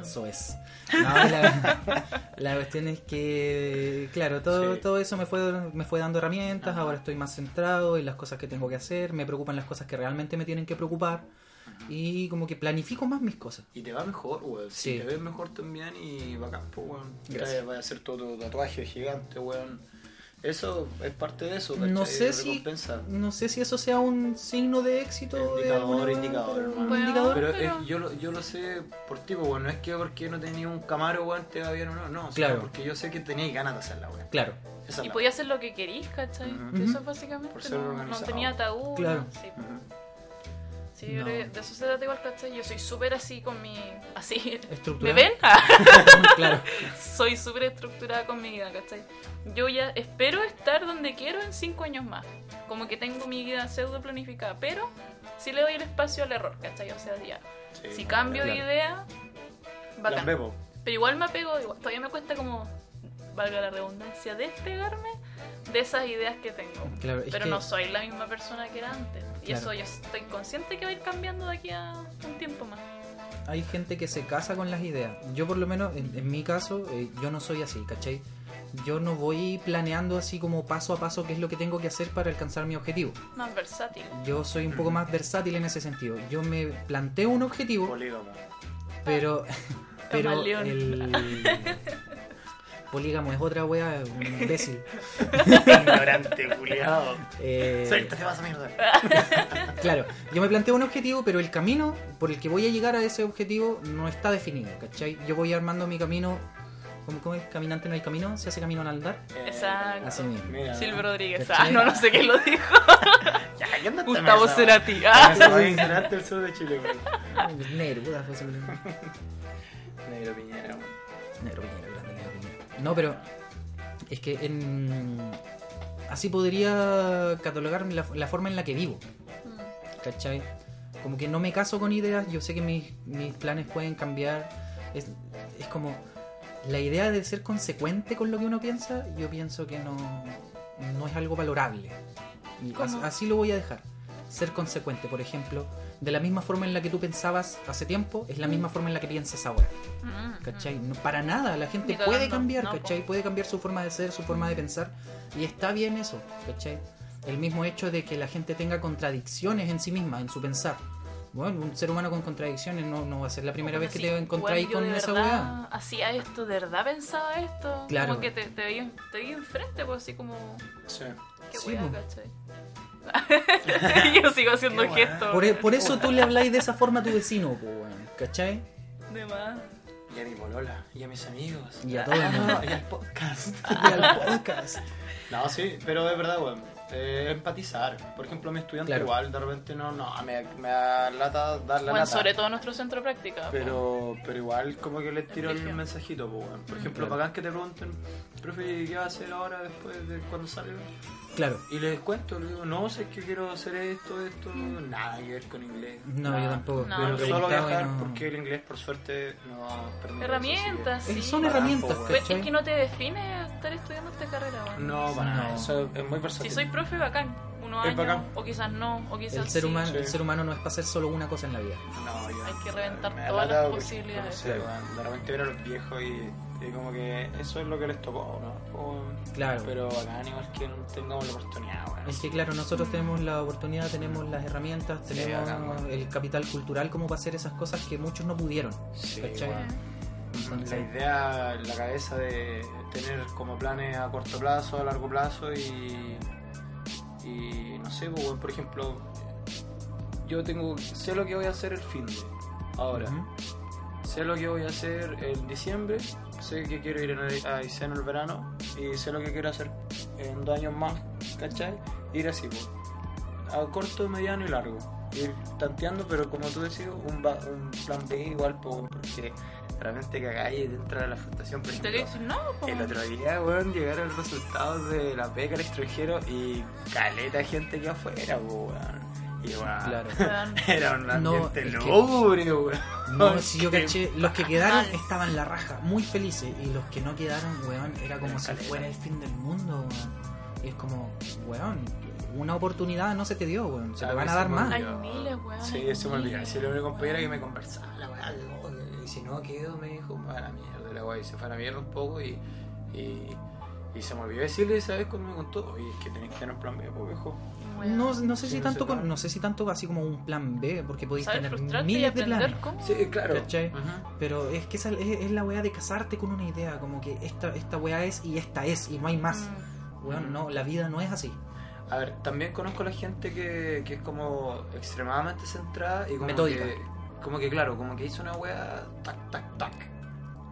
A: eso es. No, la, la cuestión es que, claro, todo,
B: Sí.
A: todo eso me fue, me fue dando herramientas, ahora estoy más centrado en las cosas que tengo que hacer, me preocupan las cosas que realmente me tienen que preocupar y como que planifico más mis cosas.
B: Y te va mejor, weón. Si
A: Sí.
B: te ves mejor también y bacán, pues, weón.
A: Gracias.
B: Te vas a hacer todo tu tatuaje gigante, weón. Eso es parte de eso,
A: No
B: ¿cachai?
A: sé si
B: Recompensa.
A: no sé si eso sea un signo de éxito de
B: Indicador,
A: alguna-
B: indicador,
A: pero-
B: hermano.
A: un indicador.
B: Pero,
C: Pero-
B: es- yo, lo, yo lo sé por ti, pues, weón. No es que porque no tenías un camaro, weón, te va bien o no. No, sino
A: Claro. pues,
B: porque yo sé que tenías ganas de hacerla, weón.
A: Claro.
B: Esa es
C: Y
B: la-
C: podía hacer lo que querís, ¿cachai?
B: Ujú.
C: Que Eso
A: Ujú.
C: básicamente.
B: Por ser
C: no- no,
B: organizado.
C: tenía tabú.
A: Claro.
C: no, Sí,
B: Ujú.
C: sí yo
A: No.
C: creo que de eso se trata igual, ¿cachai? Yo soy súper así con mi. Así. ¿Me
A: Estructural.
C: ven?
A: claro.
C: soy súper estructurada con mi vida, ¿cachai? Yo ya espero estar donde quiero en cinco años más. Como que tengo mi vida pseudo planificada, pero sí le doy el espacio al error, ¿cachai? O sea, ya.
B: Sí,
C: Si
B: no,
C: cambio
B: Eh, claro.
C: de idea,
B: Las
C: bacán.
B: vemos.
C: Pero igual me apego, igual, todavía me cuesta como, valga la redundancia, despegarme de esas ideas que tengo.
A: Claro, es
C: Pero
A: que-
C: no soy la misma persona que era antes. Y
A: Claro.
C: eso yo estoy consciente que va a ir cambiando de aquí a un tiempo más.
A: hay gente que se casa con las ideas. Yo por lo menos, en, en mi caso, eh, yo no soy así, ¿cachai? Yo no voy planeando así como paso a paso qué es lo que tengo que hacer para alcanzar mi objetivo.
C: Más versátil.
A: Yo soy un poco más versátil en ese sentido. Yo me planteo un objetivo,
B: Polígamo.
A: Pero. Pero
C: Camaleón.
A: el. Polígamo es otra wea, un imbécil.
B: Ignorante, culiado.
A: Eh,
B: Suéltate más mierda.
A: Claro, yo me planteo un objetivo, pero el camino por el que voy a llegar a ese objetivo no está definido, ¿cachai? Yo voy armando mi camino. ¿Cómo, cómo es? Caminante no hay camino, se hace camino al andar.
C: Exacto.
A: Así mismo.
B: Mira.
C: Silvio Rodríguez.
A: ¿Cachai?
C: Ah, no, no sé quién lo dijo.
B: Ya, ¿qué onda esta
C: Gustavo
B: mesa,
C: Cerati.
B: weón?
C: Ah,
B: Esa weá ignorante del sur de Chile, weón.
A: Negro, puta, fue ese problema.
B: Negro Piñera, weón.
A: Negro Piñera, grande Negro Piñera. No, pero es que en... así podría catalogar la, la forma en la que vivo, ¿cachai? Como que no me caso con ideas, yo sé que mis, mis planes pueden cambiar. Es, es como la idea de ser consecuente con lo que uno piensa, yo pienso que no, no es algo valorable. Y
C: ¿Cómo?
A: as- así lo voy a dejar. Ser consecuente, por ejemplo, de la misma forma en la que tú pensabas hace tiempo, es la misma forma en la que piensas ahora.
C: Mm,
A: ¿Cachai? No, para nada, la gente
C: Ni
A: puede
C: cagando,
A: cambiar,
C: no,
A: ¿cachai? Puede cambiar su forma de ser, su forma de pensar, y está bien eso, ¿cachai? El mismo hecho de que la gente tenga contradicciones en sí misma, en su pensar. Bueno, un ser humano con contradicciones no, no va a ser la primera
C: Bueno,
A: vez que
C: sí,
A: te encontráis
C: igual yo
A: con
C: de
A: esa
C: verdad
A: weá.
C: Hacía esto, de verdad pensaba esto.
A: Claro.
C: Como que te, te veía, te veía enfrente, pues así como.
B: Sí.
C: Qué
A: Sí,
C: weá,
A: po.
C: ¿cachai? Yo sigo haciendo
B: Qué weá.
C: gestos.
A: Por, e- por eso tú le habláis de esa forma a tu vecino, po, weón, ¿cachai?
C: De más.
B: Y a mi polola, y a mis amigos.
A: Y a todo el mundo.
B: Ah, y al podcast.
A: Y al podcast.
B: No, sí, pero es verdad, weón. Eh, empatizar. Por ejemplo, mi estudiante
A: Claro.
B: igual, de repente no, no, me, me da lata dar la
C: Bueno,
B: lata.
C: sobre todo en nuestro centro de práctica. po.
B: Pero, pero igual como que les tiro el
C: Brígido.
B: mensajito, pues, weón. Por
C: Mm.
B: ejemplo,
A: Claro.
B: bacán que te pregunten, profe, ¿qué va a hacer ahora después de cuando salga?
A: Claro.
B: Y les cuento, les digo, no, sé que quiero hacer esto, esto, nada que ver con inglés.
A: No,
C: No,
A: yo tampoco.
C: no,
A: yo
B: pero
A: lo
C: no.
B: solo
A: preguntaba y
B: viajar,
A: no-
B: porque el inglés, por suerte, no permite.
C: Herramientas,
B: eso, así
C: sí.
A: Eh, Son
B: Ah,
A: herramientas,
B: po, weón.
C: Pero es
A: ¿cachai?
C: que no te define estar estudiando esta carrera,
B: que-
C: weón.
B: No, para nada,
A: No.
B: eso es muy versátil.
C: Si soy profe, bacán. Unos
B: Es
C: años.
B: bacán.
C: O quizás no, o quizás
A: El ser,
C: sí.
A: humano,
B: Sí.
A: el ser humano no es para hacer solo una cosa en la vida.
B: No, yo-
C: Hay que reventar
B: me da
C: todas las
B: lata porque,
C: posibilidades.
B: No sé, weón, de repente ver a los viejos y, y como que eso es lo que les tocó, ¿no? O-
A: Claro.
B: Pero acá igual que no tengamos la oportunidad, weón.
A: Es que claro, nosotros tenemos la oportunidad, tenemos las herramientas,
B: Sí,
A: tenemos
B: acá, bueno.
A: el capital cultural como para hacer esas cosas que muchos no pudieron.
B: Sí,
A: ¿cachai?
B: weón. La
A: Entonces,
B: idea en la cabeza de tener como planes a corto plazo, a largo plazo y. Y no sé, pues, weón, por ejemplo, yo tengo. sé lo que voy a hacer el fin de. Ahora.
A: ujú,
B: Sé lo que voy a hacer en diciembre, sé que quiero ir en el- a Aysén el verano y sé lo que quiero hacer en dos años más, ¿cachai? Ir así, pues, a corto, mediano y largo. Ir tanteando, pero como tú decís, un, ba- un plan B igual, pues, porque realmente cagáis y te entra la frustración. Por
C: Te
B: ejemplo,
C: digo, no, pues, po.
B: el otro día, weón, llegaron los resultados de la beca al extranjero y caleta de gente que afuera, pues, weón. Y, weón,
A: Claro.
C: Weón.
B: Era un
A: No,
B: ambiente
A: es que-
B: lúgubre, weón.
A: No, si yo caché, los que quedaron
C: Mal.
A: estaban la raja, muy felices, y los que no quedaron, weón, era como si
B: Caleta.
A: fuera el fin del mundo, weón. Y es como, weón, una oportunidad no se te dio, weón, se te
B: Claro,
A: van a
B: se
A: dar
B: me
A: más.
C: Hay
B: olvidó.
C: miles, weón,
B: Sí,
C: hay
B: se me olvidó.
C: miles.
B: Si la única compañera que me conversaba, la weá, que, "Oh, y si no quedo, me dijo, me va a la mierda, la weá, y se fue a la mierda un poco y, y, y se me olvidó decirle, ¿sabes cómo me contó? Oye, es que tenés que tener un plan B, pues, viejo.
C: Weón.
A: No, no sé
B: Sí,
A: si
B: no
A: tanto
B: se
A: con-
B: puede.
A: no sé si tanto así como un plan B, porque podéis
C: Saber
A: tener
C: frustrarte y
A: miles de planes.
C: aprender cómo.
B: Sí, eh, claro.
A: ¿Cachai?
B: Ajá.
A: Pero es que esa es, es la weá de casarte con una idea, como que esta, esta weá es y esta es y no hay más.
C: Mm.
A: Weón, no, la vida no es así.
B: A ver, también conozco a la gente que, que es como extremadamente centrada y como
A: Metódica.
B: que... Como que, claro, como que hizo una weá, tac, tac, tac.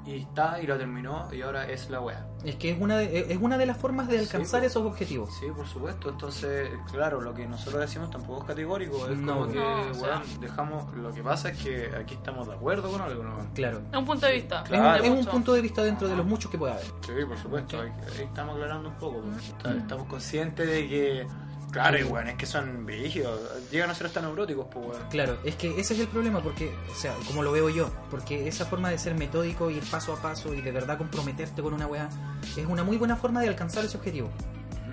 B: Y está, y lo terminó, y ahora es la weá.
A: Es que es una de, es una de las formas de
B: Sí,
A: alcanzar
B: po.
A: esos objetivos.
B: Sí, por supuesto. Entonces, claro, lo que nosotros decimos tampoco es categórico. Es
A: No,
B: como que,
C: no, o sea-
B: weón, dejamos. Lo que pasa es que aquí estamos de acuerdo con algo, ¿no?
A: Claro.
C: Es un punto de vista.
A: Es un-
B: Claro.
A: Es,
C: de
A: un,
C: mucho.
A: punto de vista dentro de los muchos que puede haber.
B: Sí, por supuesto. Ahí, ahí estamos aclarando un poco. pues.
C: Mm.
B: Está- Estamos conscientes de que. Claro, y weón, es que son brígidos. Llegan a ser hasta neuróticos, pues, weón.
A: Claro, es que ese es el problema, porque, o sea, como lo veo yo, porque esa forma de ser metódico, ir paso a paso y de verdad comprometerte con una weá, es una muy buena forma de alcanzar ese objetivo.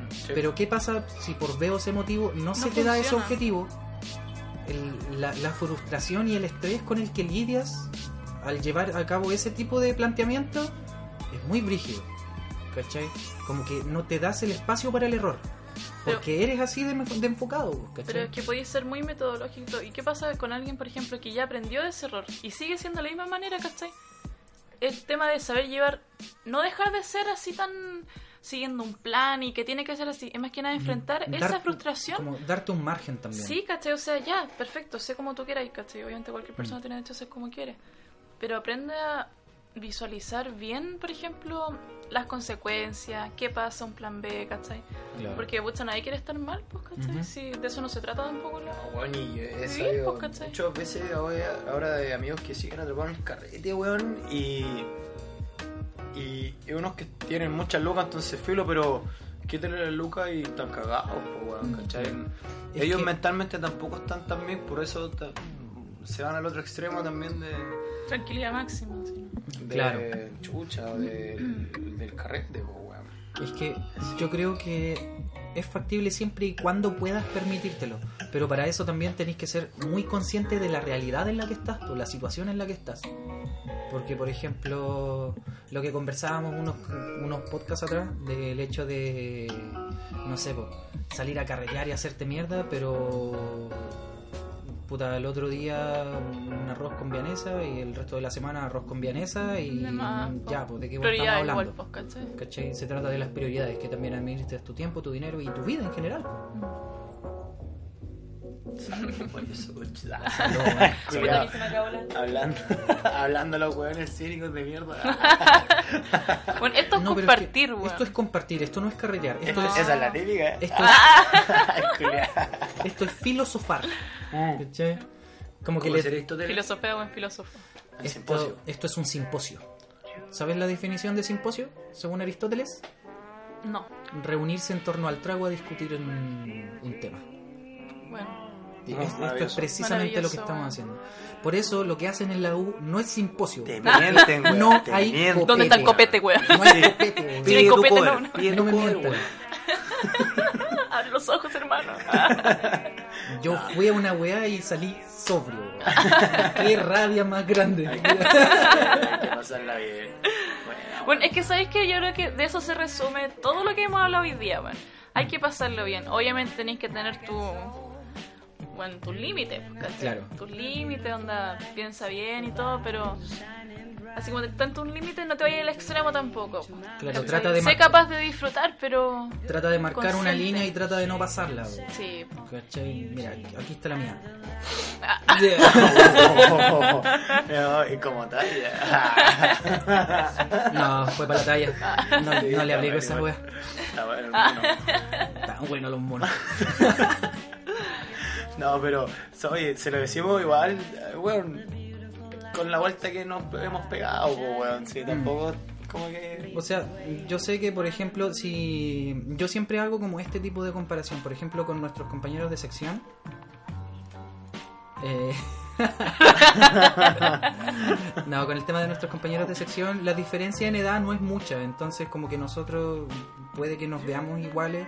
B: Sí.
A: Pero ¿qué pasa si por veo ese motivo no, se te da ese
C: funciona.
A: objetivo? El- la, la frustración y el estrés con el que lidias al llevar a cabo ese tipo de planteamiento es muy brígido. ¿Cachai? Como que no te das el espacio para el error.
C: Pero-
A: Porque eres así de, de enfocado, pues, ¿cachai?
C: Pero es que podéis ser muy metodológico. ¿Y qué pasa con alguien, por ejemplo, que ya aprendió de ese error y sigue siendo de la misma manera, ¿cachai? El tema de saber llevar, no dejar de ser así tan siguiendo un plan y que tiene que ser así, es más que nada enfrentar
A: Mm, Dar-
C: esa frustración.
A: Como darte un margen también.
C: Sí, ¿cachai? O sea, ya, perfecto, sé como tú quieras, ¿cachai? Obviamente cualquier persona
A: Mm.
C: tiene derecho a ser como quiere. Pero aprende a visualizar bien, por ejemplo, las consecuencias, qué pasa un plan B, ¿cachai?
A: Claro.
C: Porque, pucha, nadie quiere estar mal, pues, ¿cachai?
A: Ujú.
C: Si de eso no se trata tampoco, ¿no?
B: No, weón, y he
C: Sí,
B: sabido
C: pues, ¿cachai?
B: muchas veces ahora, ahora de amigos que siguen atrapados en el carrete, weón, y, y, y unos que tienen muchas lucas, entonces filo, pero quítale las lucas y están cagados, pues,
C: Mm.
B: weón, ¿cachai?
A: Es
B: Ellos
A: que-
B: mentalmente tampoco están tan bien, por eso ta- se van al otro extremo también de,
C: Tranquilidad máxima, sí, ¿no?
B: de
A: Claro.
B: chucha, de- del carrete, pues, weón.
A: Es que yo creo que es factible siempre y cuando puedas permitírtelo. Pero para eso también tenés que ser muy consciente de la realidad en la que estás, o la situación en la que estás. Porque, por ejemplo, lo que conversábamos unos, unos podcasts atrás, del hecho de, no sé, po, salir a carretear y hacerte mierda, pero... Puta, el otro día un arroz con vianesa y el resto de la semana arroz con vianesa y
C: De más, po.
A: ya, pues de qué estamos
C: Prioridad
A: hablando.
C: igual, pues, ¿cachai?
A: ¿Cachai? Se trata de las prioridades, que también administres tu tiempo, tu dinero y tu vida en general.
C: Sí, bueno, aquí se me acabó la-
B: Hablando, hablando los weones cínicos de mierda.
C: Bueno, esto es
A: No, pero es
C: compartir,
A: que
C: weón.
A: Esto es compartir, esto no es carretear, esto,
B: Esto-
A: es,
B: Esa es la típica, ¿eh?
A: esto, es, esto es filosofar.
B: Mm.
A: ¿Cachai? Como que
B: Como
A: le-
B: ser Aristóteles
C: Filosofía, buen filósofo.
B: en simposio.
A: esto, esto es un simposio. ¿Sabes la definición de simposio? Según Aristóteles,
C: No,
A: reunirse en torno al trago a discutir un, un tema.
C: bueno.
A: Y
B: Ah,
A: es- esto es
B: maravilloso.
A: precisamente lo que
C: Maravilloso.
A: estamos haciendo. Por eso lo que hacen en la U no es simposio.
B: Te mienten, weón,
A: No
B: te
A: hay
B: mienten.
C: ¿Dónde está el copete, weón?
A: No hay copete,
C: Sí, Tiene
B: tu
C: copete,
B: cover,
C: no, no.
B: pide
A: No
B: tu
A: me
B: cover,
A: mientas.
B: weón.
C: Abre los ojos, hermano.
A: Yo fui a una weá y salí sobrio. weón. Qué rabia más grande.
B: Hay que pasarla bien. Bueno,
C: Bueno, es que sabéis que yo creo que de eso se resume todo lo que hemos hablado hoy día, bueno. Hay que pasarlo bien. Obviamente tenéis que tener tu. Bueno, tus límites, pues, ¿cachai?
A: Claro.
C: Tus límites, onda, piensa bien y todo, pero. Así como tanto un límite, no te vayas al extremo tampoco. pues.
A: Claro,
C: ¿cachai?
A: trata de
C: Sé
A: mar-
C: capaz de disfrutar, pero.
A: Trata de marcar una
C: Consciente.
A: línea y trata de no pasarla. weón.
C: Sí.
A: ¿Cachai? Mira, aquí está la mía.
B: No, y como tal, ya.
A: No, fue para la talla. No, no le hablé con esa weá.
B: Está bueno, hermano.
A: Tan bueno los monos.
B: No, pero, oye, se lo decimos igual, eh, weón, con la vuelta que nos hemos pegado, po, weón. Sí, tampoco, como que.
A: O sea, yo sé que, por ejemplo, si yo siempre hago como este tipo de comparación, por ejemplo, con nuestros compañeros de sección. Eh, no, con el tema de nuestros compañeros de sección, la diferencia en edad no es mucha, entonces como que nosotros puede que nos veamos iguales.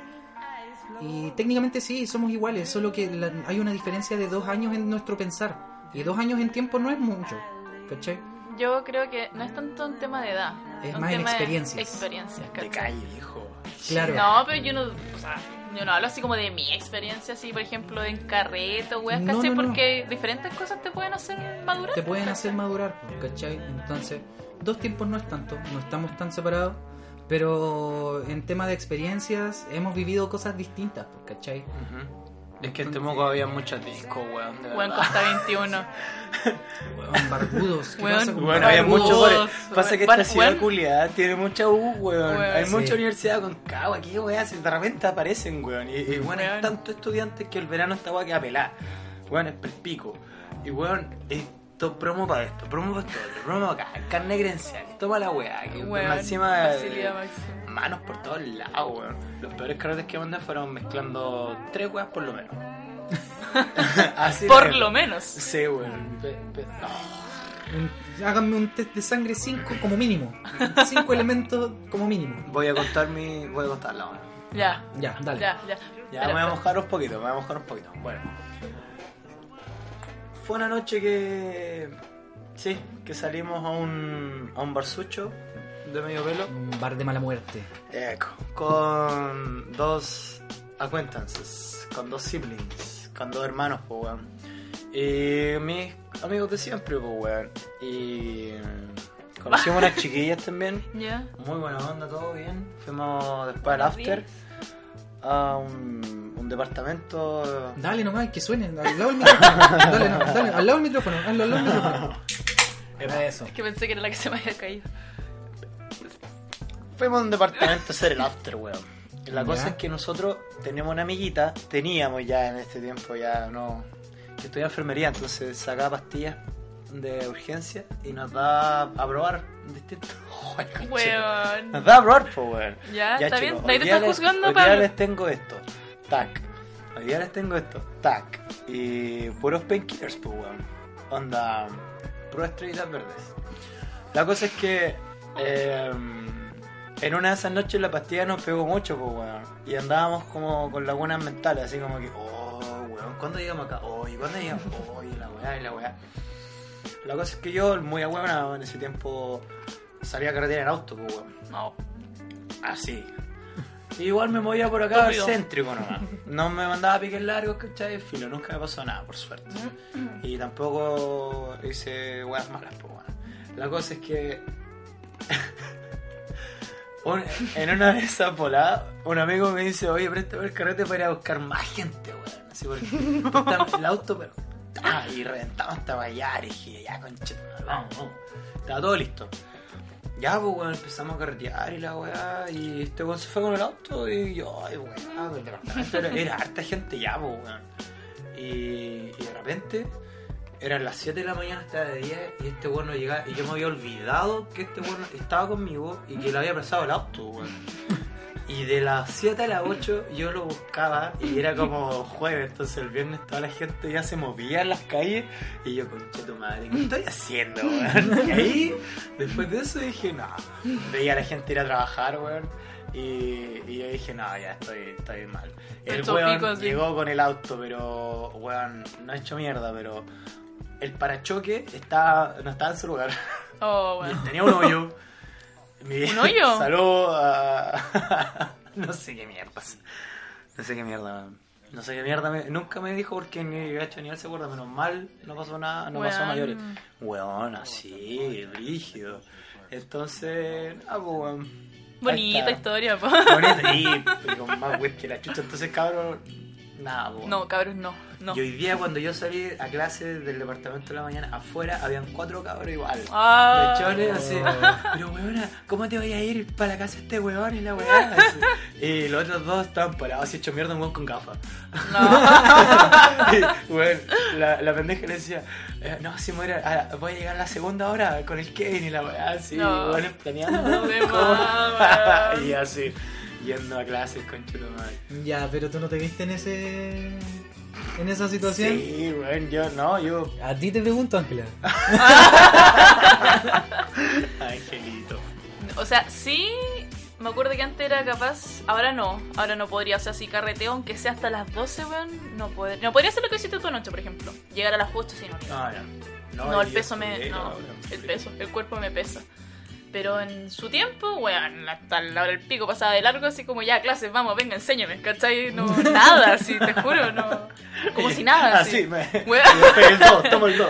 A: Y técnicamente sí, somos iguales, solo que la- hay una diferencia de dos años en nuestro pensar. Y dos años en tiempo no es mucho, ¿cachai?
C: Yo creo que no es tanto un tema de edad.
A: Es
C: un
A: más en
C: tema de
A: experiencias.
C: Experiencias,
B: Te
C: ¿cachai?
B: calle, hijo.
A: Claro.
C: No, pero yo no, o sea, yo no hablo así como de mi experiencia, así, por ejemplo, en carreto, weas,
A: No,
C: ¿cachai?
A: no, no.
C: Porque diferentes cosas te pueden hacer madurar.
A: te pueden hacer madurar, pues, ¿cachai? Entonces, dos tiempos no es tanto, no estamos tan separados, pero en tema de experiencias hemos vivido cosas distintas, pues, ¿cachai?
B: Es que en Temuco había muchos discos, weón. De
C: Weón,
B: verdad.
C: Costa 21.
A: Weón, barbudos, ¿qué
C: Weón,
A: pasa con
B: Bueno, había
A: barbudos?
B: mucho
C: Barbudos,
B: por- e- Pasa que
C: weón.
B: esta ciudad
C: Weón.
B: culiada tiene mucha U, weón.
C: Weón.
B: Hay
A: Sí.
B: mucha universidad con cago aquí, weón. si De repente aparecen, weón. Y, y, weón, hay
C: Weón.
B: tantos estudiantes que el verano esta weá queda pelada. Weón, es perpico. Y weón, esto promo para esto, promo para esto, otro, promo acá, carne grencial, toma la weá. que
C: Weón,
B: más encima.
C: facilidad
B: eh,
C: máxima.
B: Manos por todos lados, weón. Los peores carretes que mandé fueron mezclando tres weas por lo menos. Así
C: Por
B: de-
C: lo menos.
B: Sí, weón. Pe- pe- no.
A: Un- háganme un test de sangre 5 como mínimo, 5 elementos como mínimo.
B: Voy a contar mi. Voy a contarla ahora.
C: Ya,
A: Ya, dale.
C: ya, ya.
B: Ya
C: Pero-
B: me voy a mojar un poquito, me voy a mojar un poquito. Bueno. Fue una noche que. Sí, que salimos a un. a un barsucho de medio pelo.
A: Un bar de mala muerte.
B: Eco. Con dos acquaintances, con dos siblings, con dos hermanos, pues weón. Y mis amigos de siempre, pues weón. Y eh, conocimos unas chiquillas también,
C: ¿Ya?
B: muy buena onda, todo bien. Fuimos después al after a un, un departamento.
A: Dale nomás, que suene. Al lado del micrófono. Dale, no, dale, al lado del micrófono. Hazlo al lado del micrófono. Era eso.
C: Es que pensé que era la que se me había caído.
B: Fuimos a un departamento a hacer el after, weón. Y La
A: Ya.
B: cosa es que nosotros tenemos una amiguita, teníamos ya en este tiempo, ya no. que estudia enfermería, entonces sacaba pastillas de urgencia y nos da a probar distintos. Joder, conchita.
C: Weón.
B: Nos da a probar, pues, weón.
C: Ya, está bien.
B: chicos,
C: Nadie
B: hoy
C: te
B: día
C: está
B: les-
C: juzgando,
B: hoy día
C: Pablo.
B: les tengo esto, tac. Hoy día les tengo esto, tac. Y puros painkillers, pues, weón. Onda, puras estrellitas verdes. La cosa es que eh, en una de esas noches la pastilla nos pegó mucho, pues, weón. Y andábamos como con lagunas mentales, así como que, oh, weón, ¿cuándo llegamos acá? Oh, ¿y cuándo llegamos? Oh, y la weá, y la weá. La cosa es que yo, muy a huevona, en ese tiempo salía a carretera en auto, pues, weón.
C: No.
B: Así. Igual me movía por acá
C: Estúpido.
B: céntrico nomás. No me mandaba piques largos, ¿cachai? Filo, nunca me pasó nada, por suerte. Y tampoco hice weas malas, pues bueno. La cosa es que. un- en una de esas voladas, un amigo me dice: Oye, préstame el carrete para ir a buscar más gente, weón. Así porque. estaba el auto, pero. Ah, y reventamos hasta allá. Y dije: Ya, conchito, vamos, vamos. Estaba todo listo. Ya, pues, weón, empezamos a carretear y la weá. Y este weón se fue con el auto y yo, ay, weá, el departamento era, era harta gente ya, pues, weón. Y, y de repente eran las 7 de la mañana hasta de 10 y este weón no llegaba. Y yo me había olvidado que este weón estaba conmigo y que le había pasado el auto, weón. Y de las 7 a las 8 yo lo buscaba y era como jueves, entonces el viernes toda la gente ya se movía en las calles y yo, conche tu madre, ¿qué estoy haciendo, weón? Y ahí, después de eso dije, no, veía a la gente ir a trabajar, weón. Y, y yo dije, no, ya estoy, estoy mal. El
C: Pecho pico,
B: weón
C: sí.
B: llegó con el auto, pero, weón, no ha hecho mierda, pero el parachoque está, no estaba en su lugar.
C: Oh, weón.
B: Tenía un hoyo. Mi-
C: ¿Un hoyo?
B: Salud a... no sé qué mierdas. No sé qué mierda, man. No sé qué mierda. me- Nunca me dijo porque ni gacho ni él se acuerda. Menos mal, no pasó nada, no pasó a
C: Weón.
B: mayores. Weón, así, rígido. Entonces, ah, pues, weón. Ahí
C: Bonita
B: está.
C: historia, po.
B: Bonita y, y con más web que la chucha. Entonces, cabrón, nada, pues.
C: No, cabros, no. No.
B: Y hoy día cuando yo salí a clase del departamento de la mañana, afuera habían cuatro cabros igual.
C: Ah.
B: Lechones, así. Pero weona, ¿cómo te voy a ir para la casa de este weón y la weá? Así. Y los otros dos estaban parados, así hecho mierda un weón con gafas.
C: No.
B: Y, weón, la, la pendeja le decía, eh, no, si me voy a ir a- voy a llegar a la segunda hora con el Kevin y la weá, así,
C: No.
B: weones planeando.
C: De
B: cómo-
C: más, weón.
B: y así, yendo a clases con chulo madre.
A: Ya, pero tú no te viste en ese. en esa situación.
B: Sí, Ah, weón, yo no, yo.
A: A ti te pregunto, Ángela.
B: Angelito.
C: O sea, sí, me acuerdo que antes era capaz, ahora no, ahora no podría, o sea, si carreteo, aunque sea hasta las 12, weón, no podría. No podría hacer lo que hiciste tú anoche, por ejemplo, llegar a las 8 sin no.
B: No, no.
C: No, el
B: yo
C: peso me...
B: estudié,
C: No,
B: weón.
C: el peso, el cuerpo me pesa. Pero en su tiempo, weón, hasta la hora del pico pasaba de largo, así como ya, clases, vamos, venga, enséñame, ¿cachai? No, nada, así, te juro, no. Como si nada,
B: Así,
C: así.
B: Ah, me. me
C: Weón,
B: pegué el dos, tomo el dos.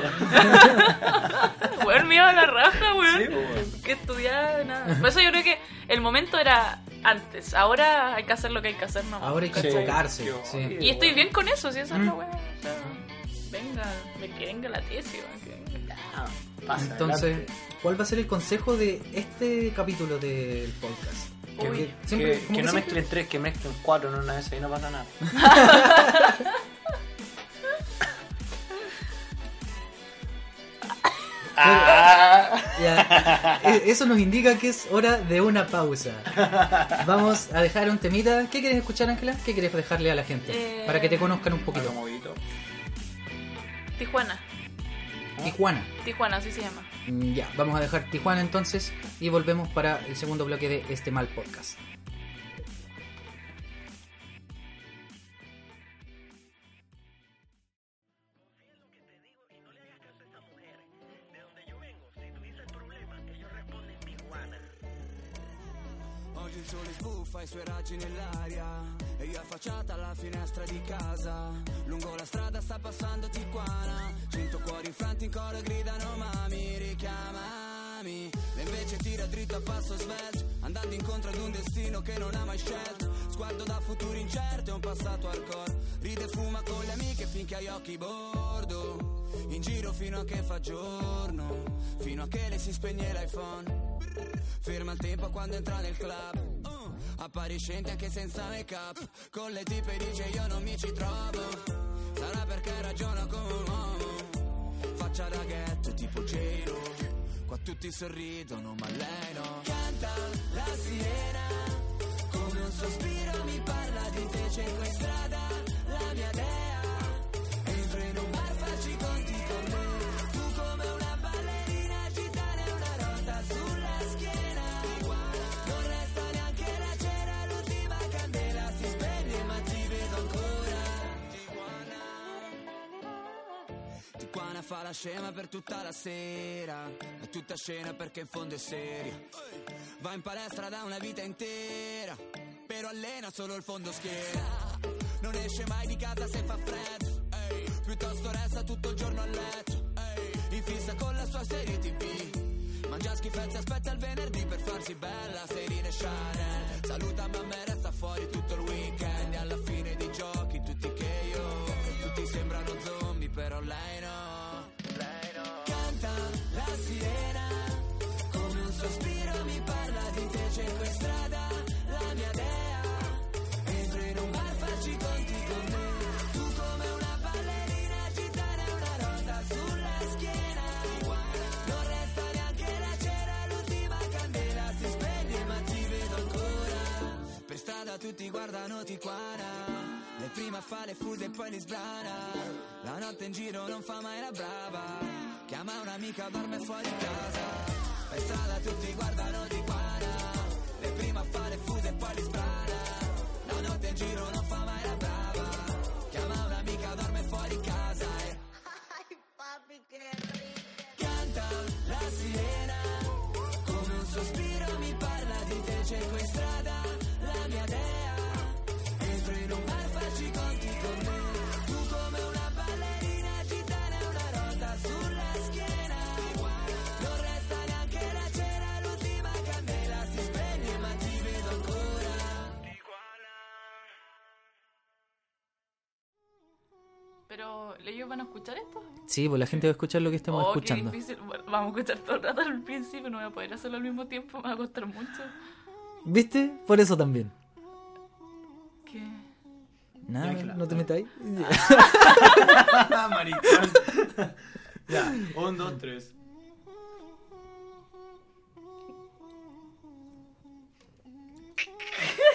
C: weón, me iba a la raja, weón.
B: Sí, pues, weón.
C: que estudiar, nada. Por eso yo creo que el momento era antes. Ahora hay que hacer lo que hay que hacer, ¿no?
A: Ahora hay que
B: Sí,
A: enfocarse.
B: yo-
A: sí.
C: Y estoy bien con eso, si esa es la
A: Mm.
C: wea. o sea, venga, de que venga la tesis, weón, que venga.
B: Ah, pasa,
A: Entonces,
B: adelante.
A: ¿cuál va a ser el consejo de este capítulo del podcast? Que-
C: Uy.
A: que siempre- como que
B: que, que no
A: siempre-
B: mezclen tres, que mezclen cuatro en una de esas y no pasa nada. Ah,
A: Ya. Eh, Eso nos indica que es hora de una pausa. Vamos a dejar un temita. ¿Qué quieres escuchar, Ángela? ¿Qué quieres dejarle a la gente?
C: Eh,
A: Para que te conozcan un poquito.
B: Algo movidito.
C: Tijuana,
A: Tijuana.
C: Tijuana, así se llama.
A: Mm, Ya, vamos a dejar Tijuana entonces y volvemos para el segundo bloque de este mal podcast.
D: Oggi il sole sbuffa e i suoi raggi nell'aria E io affacciata alla finestra di casa Lungo la strada sta passando Tijuana Cento cuori infranti in coro gridano mami richiamami E invece tira dritto a passo svelto Andando incontro ad un destino che non ha mai scelto Sguardo da futuri incerti e un passato al cor Ride e fuma con le amiche finché agli occhi bordo In giro fino a che fa giorno Fino a che le si spegne l'iPhone Ferma il tempo quando entra nel club uh, Appariscente anche senza make up Con le tipe dice io non mi ci trovo Sarà perché ragiono come un uomo Faccia da ghetto tipo cielo Qua tutti sorridono ma lei no Canta la sirena Come un sospiro mi parla di te Cerco in strada la mia dea Entro in un bar faccio i conti con me Tu come una ballerina agitare una rosa sulla schiena Non resta neanche la cera L'ultima candela si spegne ma ti vedo ancora Tijuana fa la scema per tutta la sera È tutta scena perché in fondo è seria Va in palestra da una vita intera Però allena solo il fondo schiena Non esce mai di casa se fa freddo ehi. Piuttosto resta tutto il giorno a letto ehi. In fissa con la sua serie tv Mangia schifezze, aspetta il venerdì per farsi bella Serine Chanel Saluta mamma e resta fuori tutto il weekend E alla fine dei giochi tutti che io Tutti sembrano zombie però lei no Lei no Canta la sirena come un sospiro mi parla di te, cerco in strada la mia dea. Entro in un bar, faccio i conti con me. Tu come una ballerina agitare una rosa sulla schiena. Non resta neanche la cera, l'ultima candela si spegne ma ti vedo ancora. Per strada tutti guardano Tijuana. Lei prima fa le fuse e poi li sbrana. La notte in giro non fa mai la brava. Chiama un'amica, dorme fuori casa. Per strada tutti guardano di guana Le prima fa le fuse e poi li sprana La notte in giro non fa mai la brava Chiama un'amica, dorme fuori casa e
E: Ay, papi, qué rico.
D: Canta la sirena Come un sospiro mi parla di te Cerco in strada la mia dea Entro in un bar, faccio i conti con me Tu come una ballerina gitana Una rosa sulla schiena Non resta neanche la cera L'ultima candela si spegne ma ti vedo ancora
C: Pero, ¿ellos van a escuchar esto?
A: Sí, pues la gente va a escuchar lo que estamos
C: oh,
A: escuchando.
C: qué difícil. Bueno, Vamos a escuchar todo el rato al principio, no voy a poder hacerlo al mismo tiempo, me va a costar mucho.
A: ¿Viste? Por eso también.
C: Que...
A: Nada,
B: Ya, claro.
A: no te metas ahí.
B: Ah, maricón. ya, un, dos, tres.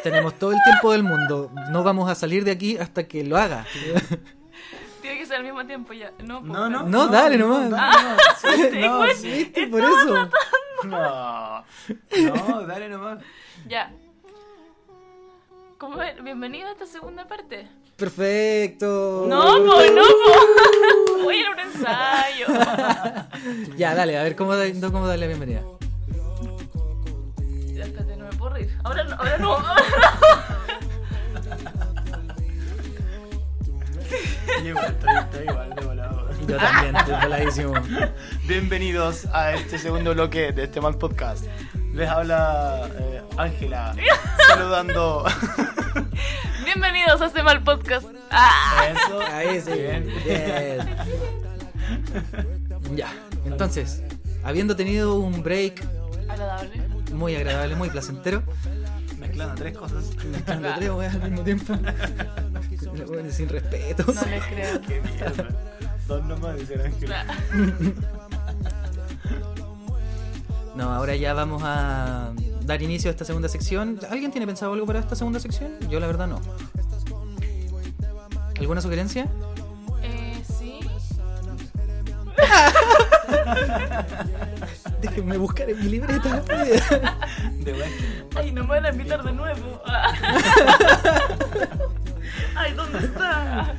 A: Tenemos todo el tiempo del mundo. No vamos a salir de aquí hasta que lo haga.
C: Tiene que ser al mismo tiempo ya. No, pues,
B: No,
C: puedo
B: no.
C: creer.
A: No, dale nomás. Ah.
B: dale nomás.
C: te
B: No,
C: cuento.
B: sí.
A: ¿Viste? Por eso.
B: No, no, dale nomás.
C: Ya. ¿Cómo ven? Bienvenido a esta segunda parte.
A: Perfecto.
C: No, po, no, po. Voy a ir a un ensayo.
A: Ya, dale, a ver cómo, da- no, cómo darle la bienvenida.
C: Ya, espérate, no me puedo reír. Ahora no, ahora no.
B: Yo igual, estoy, estoy igual de volado.
A: Yo también, estoy voladísimo.
B: Bienvenidos a este segundo bloque de este mal podcast. Les habla eh, Ángela saludando.
C: Bienvenidos a este mal podcast. Ah.
B: Eso.
A: Ahí sí.
B: Bien.
A: Bien. Ya, entonces, habiendo tenido un break
C: Agradable.
A: muy agradable, muy placentero,
B: Mezclando tres cosas.
A: mezclando tres weas al mismo tiempo, La wea sin respeto.
C: No les creo.
B: Qué mierda. Dos nomás, dice el Ángel.
C: Ah.
A: No, ahora ya vamos a dar inicio a esta segunda sección. ¿Alguien tiene pensado algo para esta segunda sección? Yo la verdad no. ¿Alguna sugerencia?
C: Eh, sí.
A: Déjenme buscar en mi libreta.
B: De weas que-
C: Ay, no me van a invitar de nuevo. Ah. Ay, ¿dónde está?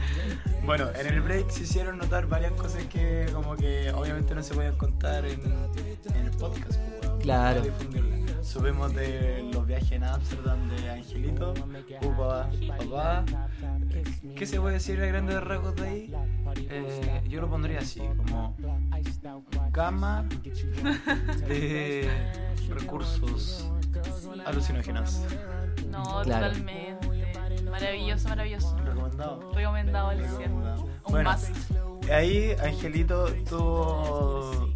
B: Bueno, en el break se hicieron notar varias cosas que como que obviamente no se podían contar en, en el podcast. pues, weón,
A: Claro.
B: para difundirla. Subimos de los viajes en Amsterdam de Angelito, Upa, Papá. ¿Qué se puede decir a grandes rasgos de ahí? Eh, yo lo pondría así, como gama de recursos alucinógenos.
C: No,
A: Claro.
C: totalmente. Maravilloso, maravilloso.
B: Recomendado.
C: Recomendado al 100.
B: Recomendado.
C: Un
B: Bueno,
C: must.
B: Ahí Angelito tuvo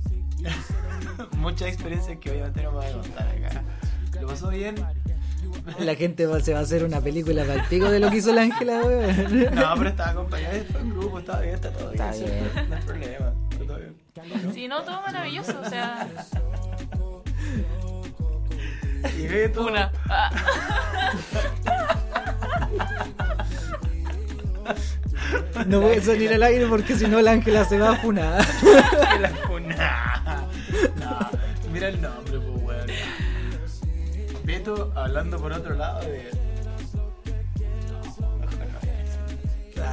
B: muchas experiencias que obviamente no voy a contar acá. Lo pasó bien.
A: La gente va- se va a hacer una película para el pico de lo que hizo la Ángela, weón.
B: No, pero estaba acompañado fue un grupo, estaba bien, está todo bien.
A: Está bien.
B: No hay problema, está todo bien.
C: Sí, no, todo maravilloso, o sea,
B: Y Beto,
C: una. Ah,
A: No voy a salir al aire porque si no la Ángela se va a funar.
B: que la funa. No, mira el nombre, pues, weón. Beto hablando por otro lado de. No, mejor no.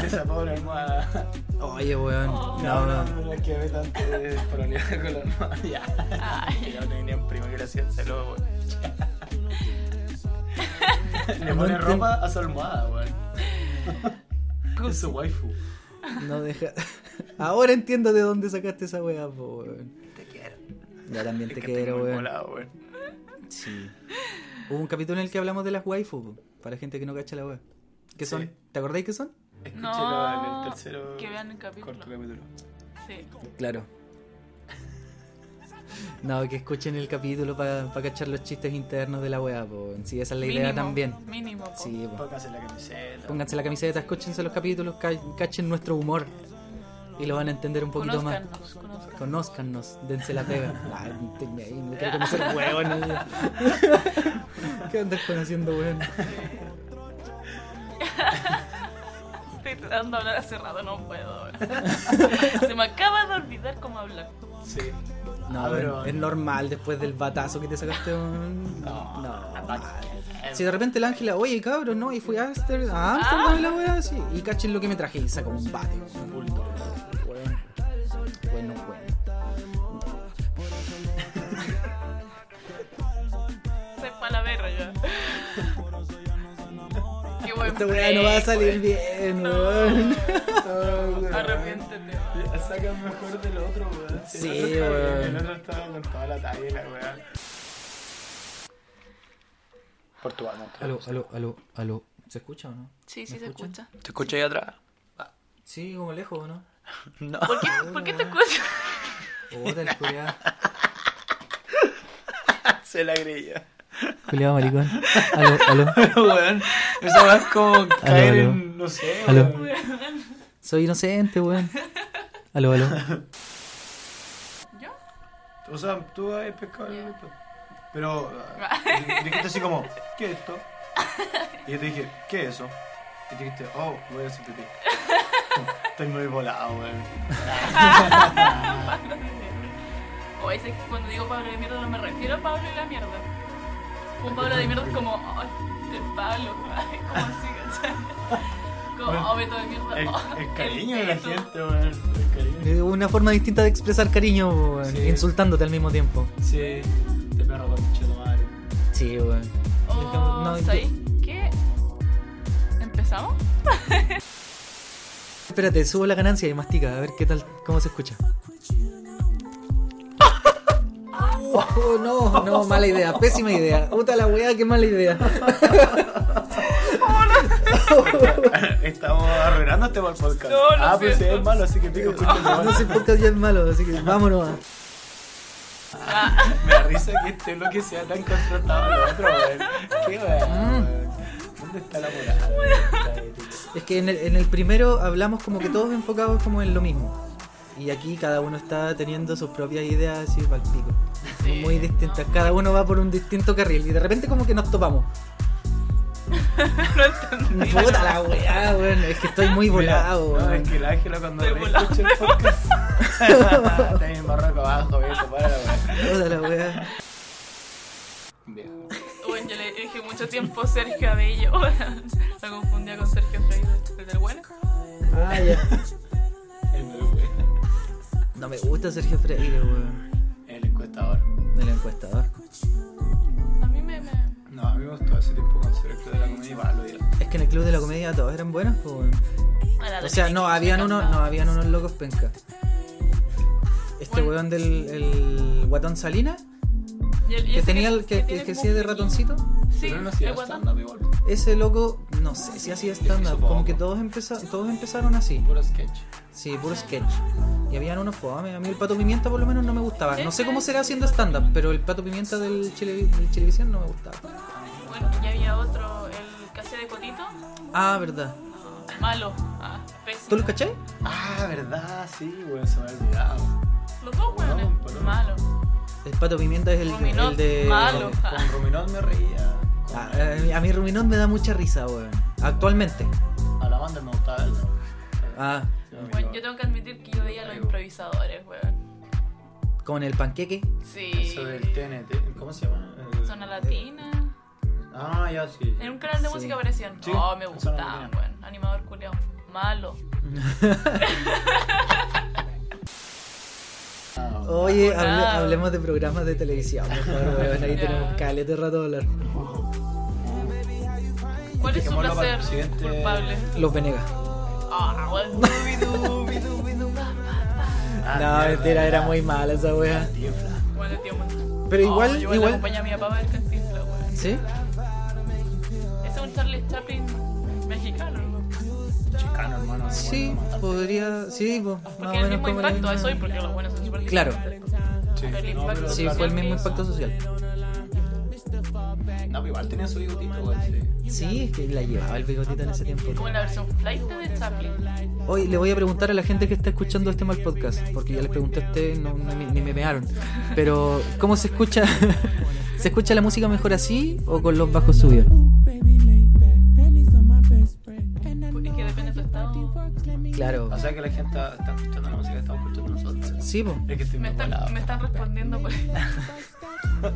B: De esa pobre almohada.
A: Oye, weón.
B: No,
A: No,
B: no,
A: no.
B: no, es que Beto antes pololeaba con la almohada. Ya.
C: Ay.
B: Que Yo tenía un primo que le hacía el celo, weón. Le
A: No
B: pone
A: enten-
B: ropa a su almohada, weón. Es su waifu.
A: No deja. Ahora entiendo de dónde sacaste esa weá, po, weón.
B: Te quiero.
A: Ya también te
B: Es
C: Este
B: que
A: quiero,
B: estoy muy
A: weón.
B: volado, weón.
A: Sí. Hubo un capítulo en el que hablamos de las waifu, po, para la gente que no cacha la weá. ¿Qué son?
B: Sí.
A: ¿Te acordáis qué son?
B: Escúchelo
C: No,
B: en el tercero.
C: que vean el capítulo.
B: Corto capítulo.
C: sí.
A: Claro. No, que escuchen el capítulo para cachar los chistes internos de la weá, po. weón. Sí, esa es la idea
C: Mínimo,
A: también.
C: Mínimo. pues. po.
A: Sí, po.
B: Pónganse la camiseta.
A: Pónganse la camiseta, escúchense los capítulos, ca- cachen nuestro humor. Y lo van a entender un poquito más.
C: Conózcanos, conózcanos.
A: Conózcanos, dense la pega. Ah, tenme ahí, me quiero conocer huevones. ¿Qué andas conociendo, weón?
C: Estoy tratando de hablar hace rato, no puedo. Se me acaba de olvidar cómo hablar.
B: Sí.
A: No,
B: Ah, pero-
A: weón, es normal después del batazo que te sacaste, weón.
B: No,
A: mal. Si de repente el Ángela, oye cabrón, no, y fui a "Ah, Amsterdam, a Amsterdam y la weá, sí. Y cachen lo que me traje y saca un bate. weón. Weón. Bueno, bueno.
C: Se fue a la verga ya. Qué buen
A: Esta weá no va a
C: break,
A: salir bien, weón.
C: weón. Arrepiéntete.
B: Sacan mejor del otro, weón. Si
A: Sí,
B: el otro está bien,
A: weón.
B: El otro estaba con toda la talla, y la weón. Portugal,
A: Aló, aló, aló, aló. ¿Se escucha o no?
C: Sí, sí, se escucha.
B: ¿Te escuchas ahí atrás?
A: Sí, como lejos o no.
B: No.
C: ¿Por qué, ¿Por qué te escuchas?
A: Puta el Oh, culiao.
B: Se la grilla.
A: Culiao maricón. Aló, aló.
B: weón. Esa weón es como caer
A: aló.
B: en. No sé,
A: Aló.
B: weón.
A: Soy inocente, weón. Aló, aló.
C: ¿Yo?
B: O sea, tú has pescado el grupo. Pero ah, di- dijiste así como, ¿qué es esto? Y yo te dije, ¿qué es eso? Y te dijiste, oh, voy a hacer pipí. Estoy muy volado, weón.
C: O ese que cuando digo Pablo de mierda no me refiero a Pablo de la mierda. Un Pablo de mierda es como, ay, el Pablo, ay, como así, ¿cachai? Como, oh, Beto de mierda.
B: El,
C: oh,
B: el cariño de la
C: Beto.
B: gente, weón. El cariño.
A: Eh, Una forma distinta de expresar cariño, weón.
B: Sí.
A: Insultándote al mismo tiempo.
B: Sí, te perro con tu madre.
A: Sí, weón.
C: Oh,
A: No, yo-
C: ¿sabéis qué? ¿Empezamos?
A: Espérate, subo la ganancia y mastica, a ver qué tal, cómo se escucha. Oh, no, no, mala idea, pésima idea. Puta la weá, qué mala idea.
B: Estamos arruinando este mal podcast.
C: No, lo
B: ah, pues sí,
C: siento.
B: es malo, así que pico, escúchalo.
A: No sé por qué ya es malo, así que vámonos. a-
B: Me da risa que este lo que sea tan confrontado al otro, weón. Qué weón. weón. ¿Dónde está la moral? weón?
A: Es que en el, en el primero hablamos como que todos enfocados como en lo mismo. Y aquí cada uno está teniendo sus propias ideas así pa'l pico. Como muy distintas. Cada uno va por un distinto carril. Y de repente como que nos topamos.
C: No entendí.
A: Puta la weá, weón. Es que estoy muy volado,
B: Mira, No,
A: weón.
B: es que el Ángela cuando
C: Estoy
B: le
C: volado.
B: escucha el podcast. Está en Marruecos abajo, viejo, para la weá.
A: Puta la weá.
B: Viejo.
C: Bueno, yo le dije mucho tiempo Sergio Abello. Lo confundía con Sergio Freire, el del bueno.
A: Ah, ya.
B: El Merube.
A: No me gusta Sergio Freire, weón.
B: El encuestador.
A: Del encuestador.
B: costó ese tiempo conocer el club de la comedia y va, lo dirá.
A: Es que en el club de la comedia todos eran buenos, pues, weón.
C: A la
A: O sea, no,
C: Dominique,
A: habían
C: me
A: unos, no,
C: encantaba.
A: habían unos locos penca. Este
C: Bueno.
A: weón del el guatón Salinas,
C: Y el- y
A: que
C: ese
A: tenía el que,
C: tiene
A: que, que
C: como
A: hacía de
C: un
A: ratoncito.
C: pequeño- Sí,
B: Pero él no hacía
C: el guatón.
B: stand-up igual,
A: Ese loco, no sé si hacía stand-up,
B: Supongo.
A: como que todos, empeza- todos empezaron así.
B: puro sketch.
A: Sí, puro sketch. Y habían unos fome. A mí el pato pimienta por lo menos no me gustaba. No sé cómo será haciendo stand-up, pero el pato pimienta del, Chile, del Chilevisión no me gustaba.
C: Bueno, y había otro, el que hacía de Cotito.
A: Ah, verdad.
C: Malo. Ah, pésimo.
A: ¿Tú lo caché?
B: Ah, verdad, sí, weón, se me había olvidado.
C: Los dos hueones.
B: No, pero-
C: Malo.
A: El pato pimienta es el,
C: Ruminot,
A: el de.
C: malo.
B: Con Ruminón me reía. Con
A: Ah, a mí- a mí Ruminón me da mucha risa, weón. Actualmente.
B: A la banda me gustaba verlo.
A: Ah,
B: Sí, me
C: Bueno,
B: miraba.
C: yo tengo que admitir que yo veía a los improvisadores, weón.
A: con el panqueque.
C: Sí.
B: Eso del TNT, ¿cómo se llama? El-
C: Zona Latina.
B: Ah, ya sí.
C: En un canal de
A: Sí.
C: música aparecían.
B: Sí,
C: oh, me
B: en Zona
C: gustaban,
B: Latina.
C: weón. Animador culiao. Malo.
B: Ah,
A: Oye, hable-
C: Hola.
A: hablemos de programas de televisión, por favor, weón. Ahí
C: Ya.
A: tenemos caleta de rato a hablar.
C: ¿Cuál es su
B: Dejémoslo para el
C: placer
B: siguiente-
C: culpable?
A: Los Venegas.
C: Ah, weón.
B: ah,
A: No,
B: mierda,
A: mentira, era muy mala esa weá.
B: Cantinflas.
C: Bueno, tío, bueno.
A: Pero igual,
C: Oh, yo igual.
A: igual-
C: acompañé a mi papá a ver Cantinflas, weón.
A: ¿Sí?
C: Ese es un Charlie Chaplin mexicano, weón.
B: Chicano, hermano. me
A: Sí,
B: vuelvo a matar.
A: podría. Sí, pues, más
C: Porque
A: o
C: el
A: menos
C: mismo
A: como era el
C: impacto, eso
A: mismo-
C: y porque los buenos son súper
A: Claro.
C: diferentes.
B: Sí,
C: Pero el
B: no,
C: impacto
B: pero
A: Sí,
B: claro,
A: fue el mismo impacto social.
B: No, pero igual tenía su bigotito, güey. Sí.
A: Sí, es que la llevaba el bigotito en ese tiempo.
C: Como la versión flight de Chaplin.
A: Hoy le voy a preguntar a la gente que está escuchando este mal podcast, porque ya les pregunté a ustedes, no, no me- ni me pegaron. Pero, ¿cómo se escucha? ¿Se escucha la música mejor así o con los bajos subidos?
C: Es que depende de tu estado.
A: Claro.
B: O sea que la gente está, está escuchando la música que estamos escuchando nosotros.
A: Sí, pues.
B: Es que estoy
C: Me
B: muy volado.
C: están, me están respondiendo pues. por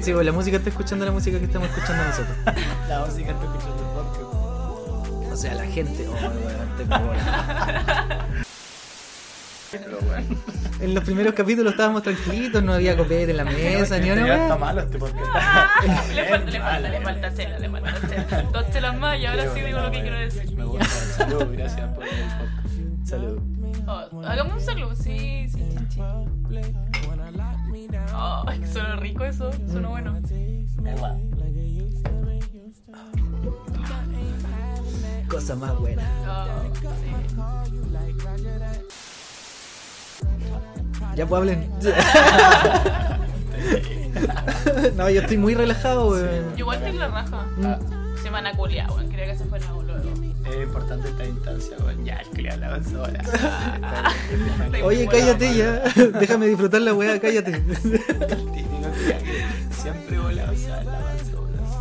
A: Sí, pues la música está escuchando la música que estamos escuchando nosotros.
B: La música está escuchando el podcast.
A: O sea, la gente. Oh, weón, te pegó la-
B: Pero, güey.
A: en los primeros capítulos estábamos tranquilitos, no había copete en la mesa, ni una
B: Este ya
A: weá.
B: Está malo este podcast.
C: Ah. Le falta, le falta, le falta chela, le falta chela. Dos chelas más y ahora sí digo lo que quiero decir.
B: Me gusta. Saludos, gracias por el podcast.
A: Salud.
C: Oh, hagamos un saludo, sí, sí, sí, sí. Oh, suena rico eso, suena bueno. Oh,
B: Hola.
A: Cosa más buena.
C: Oh, sí.
A: Ya pues hablen. no, yo estoy muy relajado,
C: Yo
A: weón.
C: Igual tengo la raja.
B: Ah,
C: Semana culia, weón. Quería que se fuera luego.
B: Es importante esta instancia, güey. Ya, el que le hablaba sola. Ah, está bien.
A: Oye,
B: Hola,
A: cállate ya.
B: Pablo.
A: Déjame disfrutar la weá, cállate.
B: El típico que Siempre volaba sola, sola. Así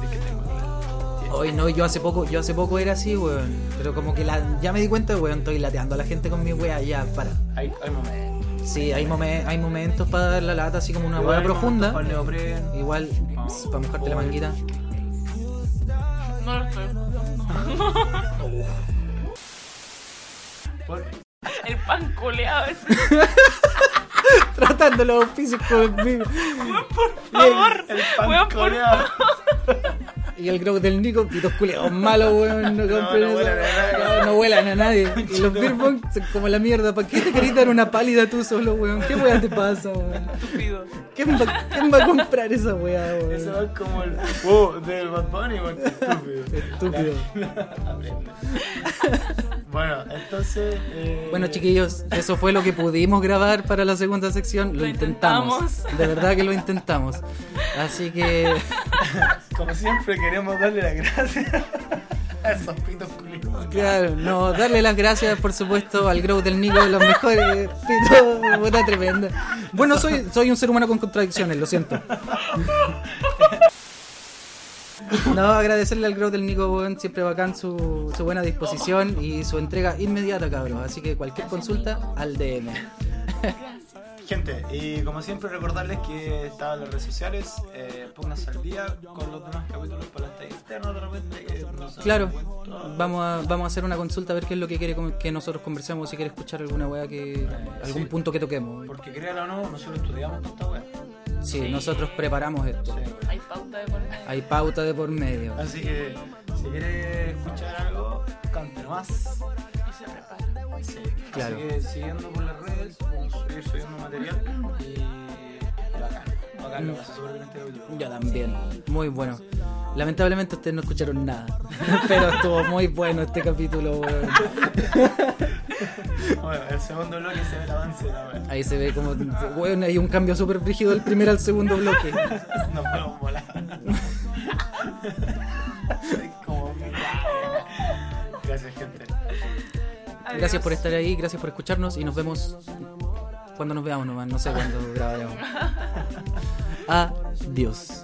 B: que tengo que-
A: Hoy no, yo hace poco, yo hace poco era así, weón. Pero como que la, ya me di cuenta, weón, estoy lateando a la gente con mi weá, ya, para.
B: Hay, hay momentos.
A: Sí, hay, momen- hay momentos para dar la lata así como una
B: Igual
A: weá
B: hay momentos
A: profunda.
B: para el neopreno.
A: Igual, para mojarte la manguita.
C: No lo estoy.
B: Por-
C: El pan culeado ese.
A: Tratando los oficios conmigo.
C: Por favor.
B: El pan
C: Weón, por
B: coreano.
A: Y el grog del Nico, pitos culeados malos, weón, no compren
B: no
A: eso.
B: vuelan a nadie.
A: No, no vuelan a nadie. Y los beer pong son como la mierda. ¿Para qué te querés dar una pálida tú solo, weón? ¿Qué weá te pasa, weón?
C: Estúpido.
A: ¿Quién va, quién va a comprar esa weá,
B: Eso
A: weón?
B: es como el. Oh, del Bad Bunny, weón, qué estúpido.
A: Estúpido.
B: Aprende. bueno, entonces. eh,
A: Bueno, chiquillos, eso fue lo que pudimos grabar para la segunda sección. Lo
C: Lo
A: intentamos.
C: intentamos.
A: De verdad que lo intentamos. Así que,
B: Como siempre, queremos darle las gracias a esos pitos culitos.
A: claro, no, darle las gracias, por supuesto, al Grow del Nico, los mejores pitos, puta tremenda. Bueno, soy, soy un ser humano con contradicciones, lo siento. No, agradecerle al Grow del Nico, weón, siempre bacán su, su buena disposición y su entrega inmediata, cabros. Así que cualquier consulta, al DM.
B: Gente, y como siempre, recordarles que estaban las redes sociales. Eh, pónganse al día con los demás capítulos para las tallas externas de repente. que no se
A: Claro,
B: han puesto.
A: vamos a, vamos a hacer una consulta a ver qué es lo que quiere com- que nosotros conversemos, si quiere escuchar alguna weá que. algún
B: sí.
A: punto que toquemos.
B: Porque créalo o no, nosotros estudiamos esta weá.
A: Sí,
C: Sí.
A: nosotros preparamos esto.
B: Sí.
C: Hay pauta de por medio.
A: Hay pauta de por medio.
B: Así que si quieres escuchar algo, cante más.
C: Y se prepara.
B: Sí.
A: Claro.
B: Así que siguiendo por las redes, vamos a seguir subiendo material y, y bacán. Bacán lo pasé súper bien este audio.
A: Yo también. Muy bueno. Lamentablemente ustedes no escucharon nada. Pero estuvo muy bueno este capítulo, weón.
B: Bueno, el segundo bloque se ve el avance de la wea.
A: Ahí se ve como. Weón, hay un cambio súper brígido del primer al segundo bloque.
B: Nos podemos volar. Soy como mi madre. Gracias, gente.
A: Gracias por estar ahí, gracias por escucharnos y nos vemos cuando nos veamos nomás. No sé cuándo grabaremos. Adiós.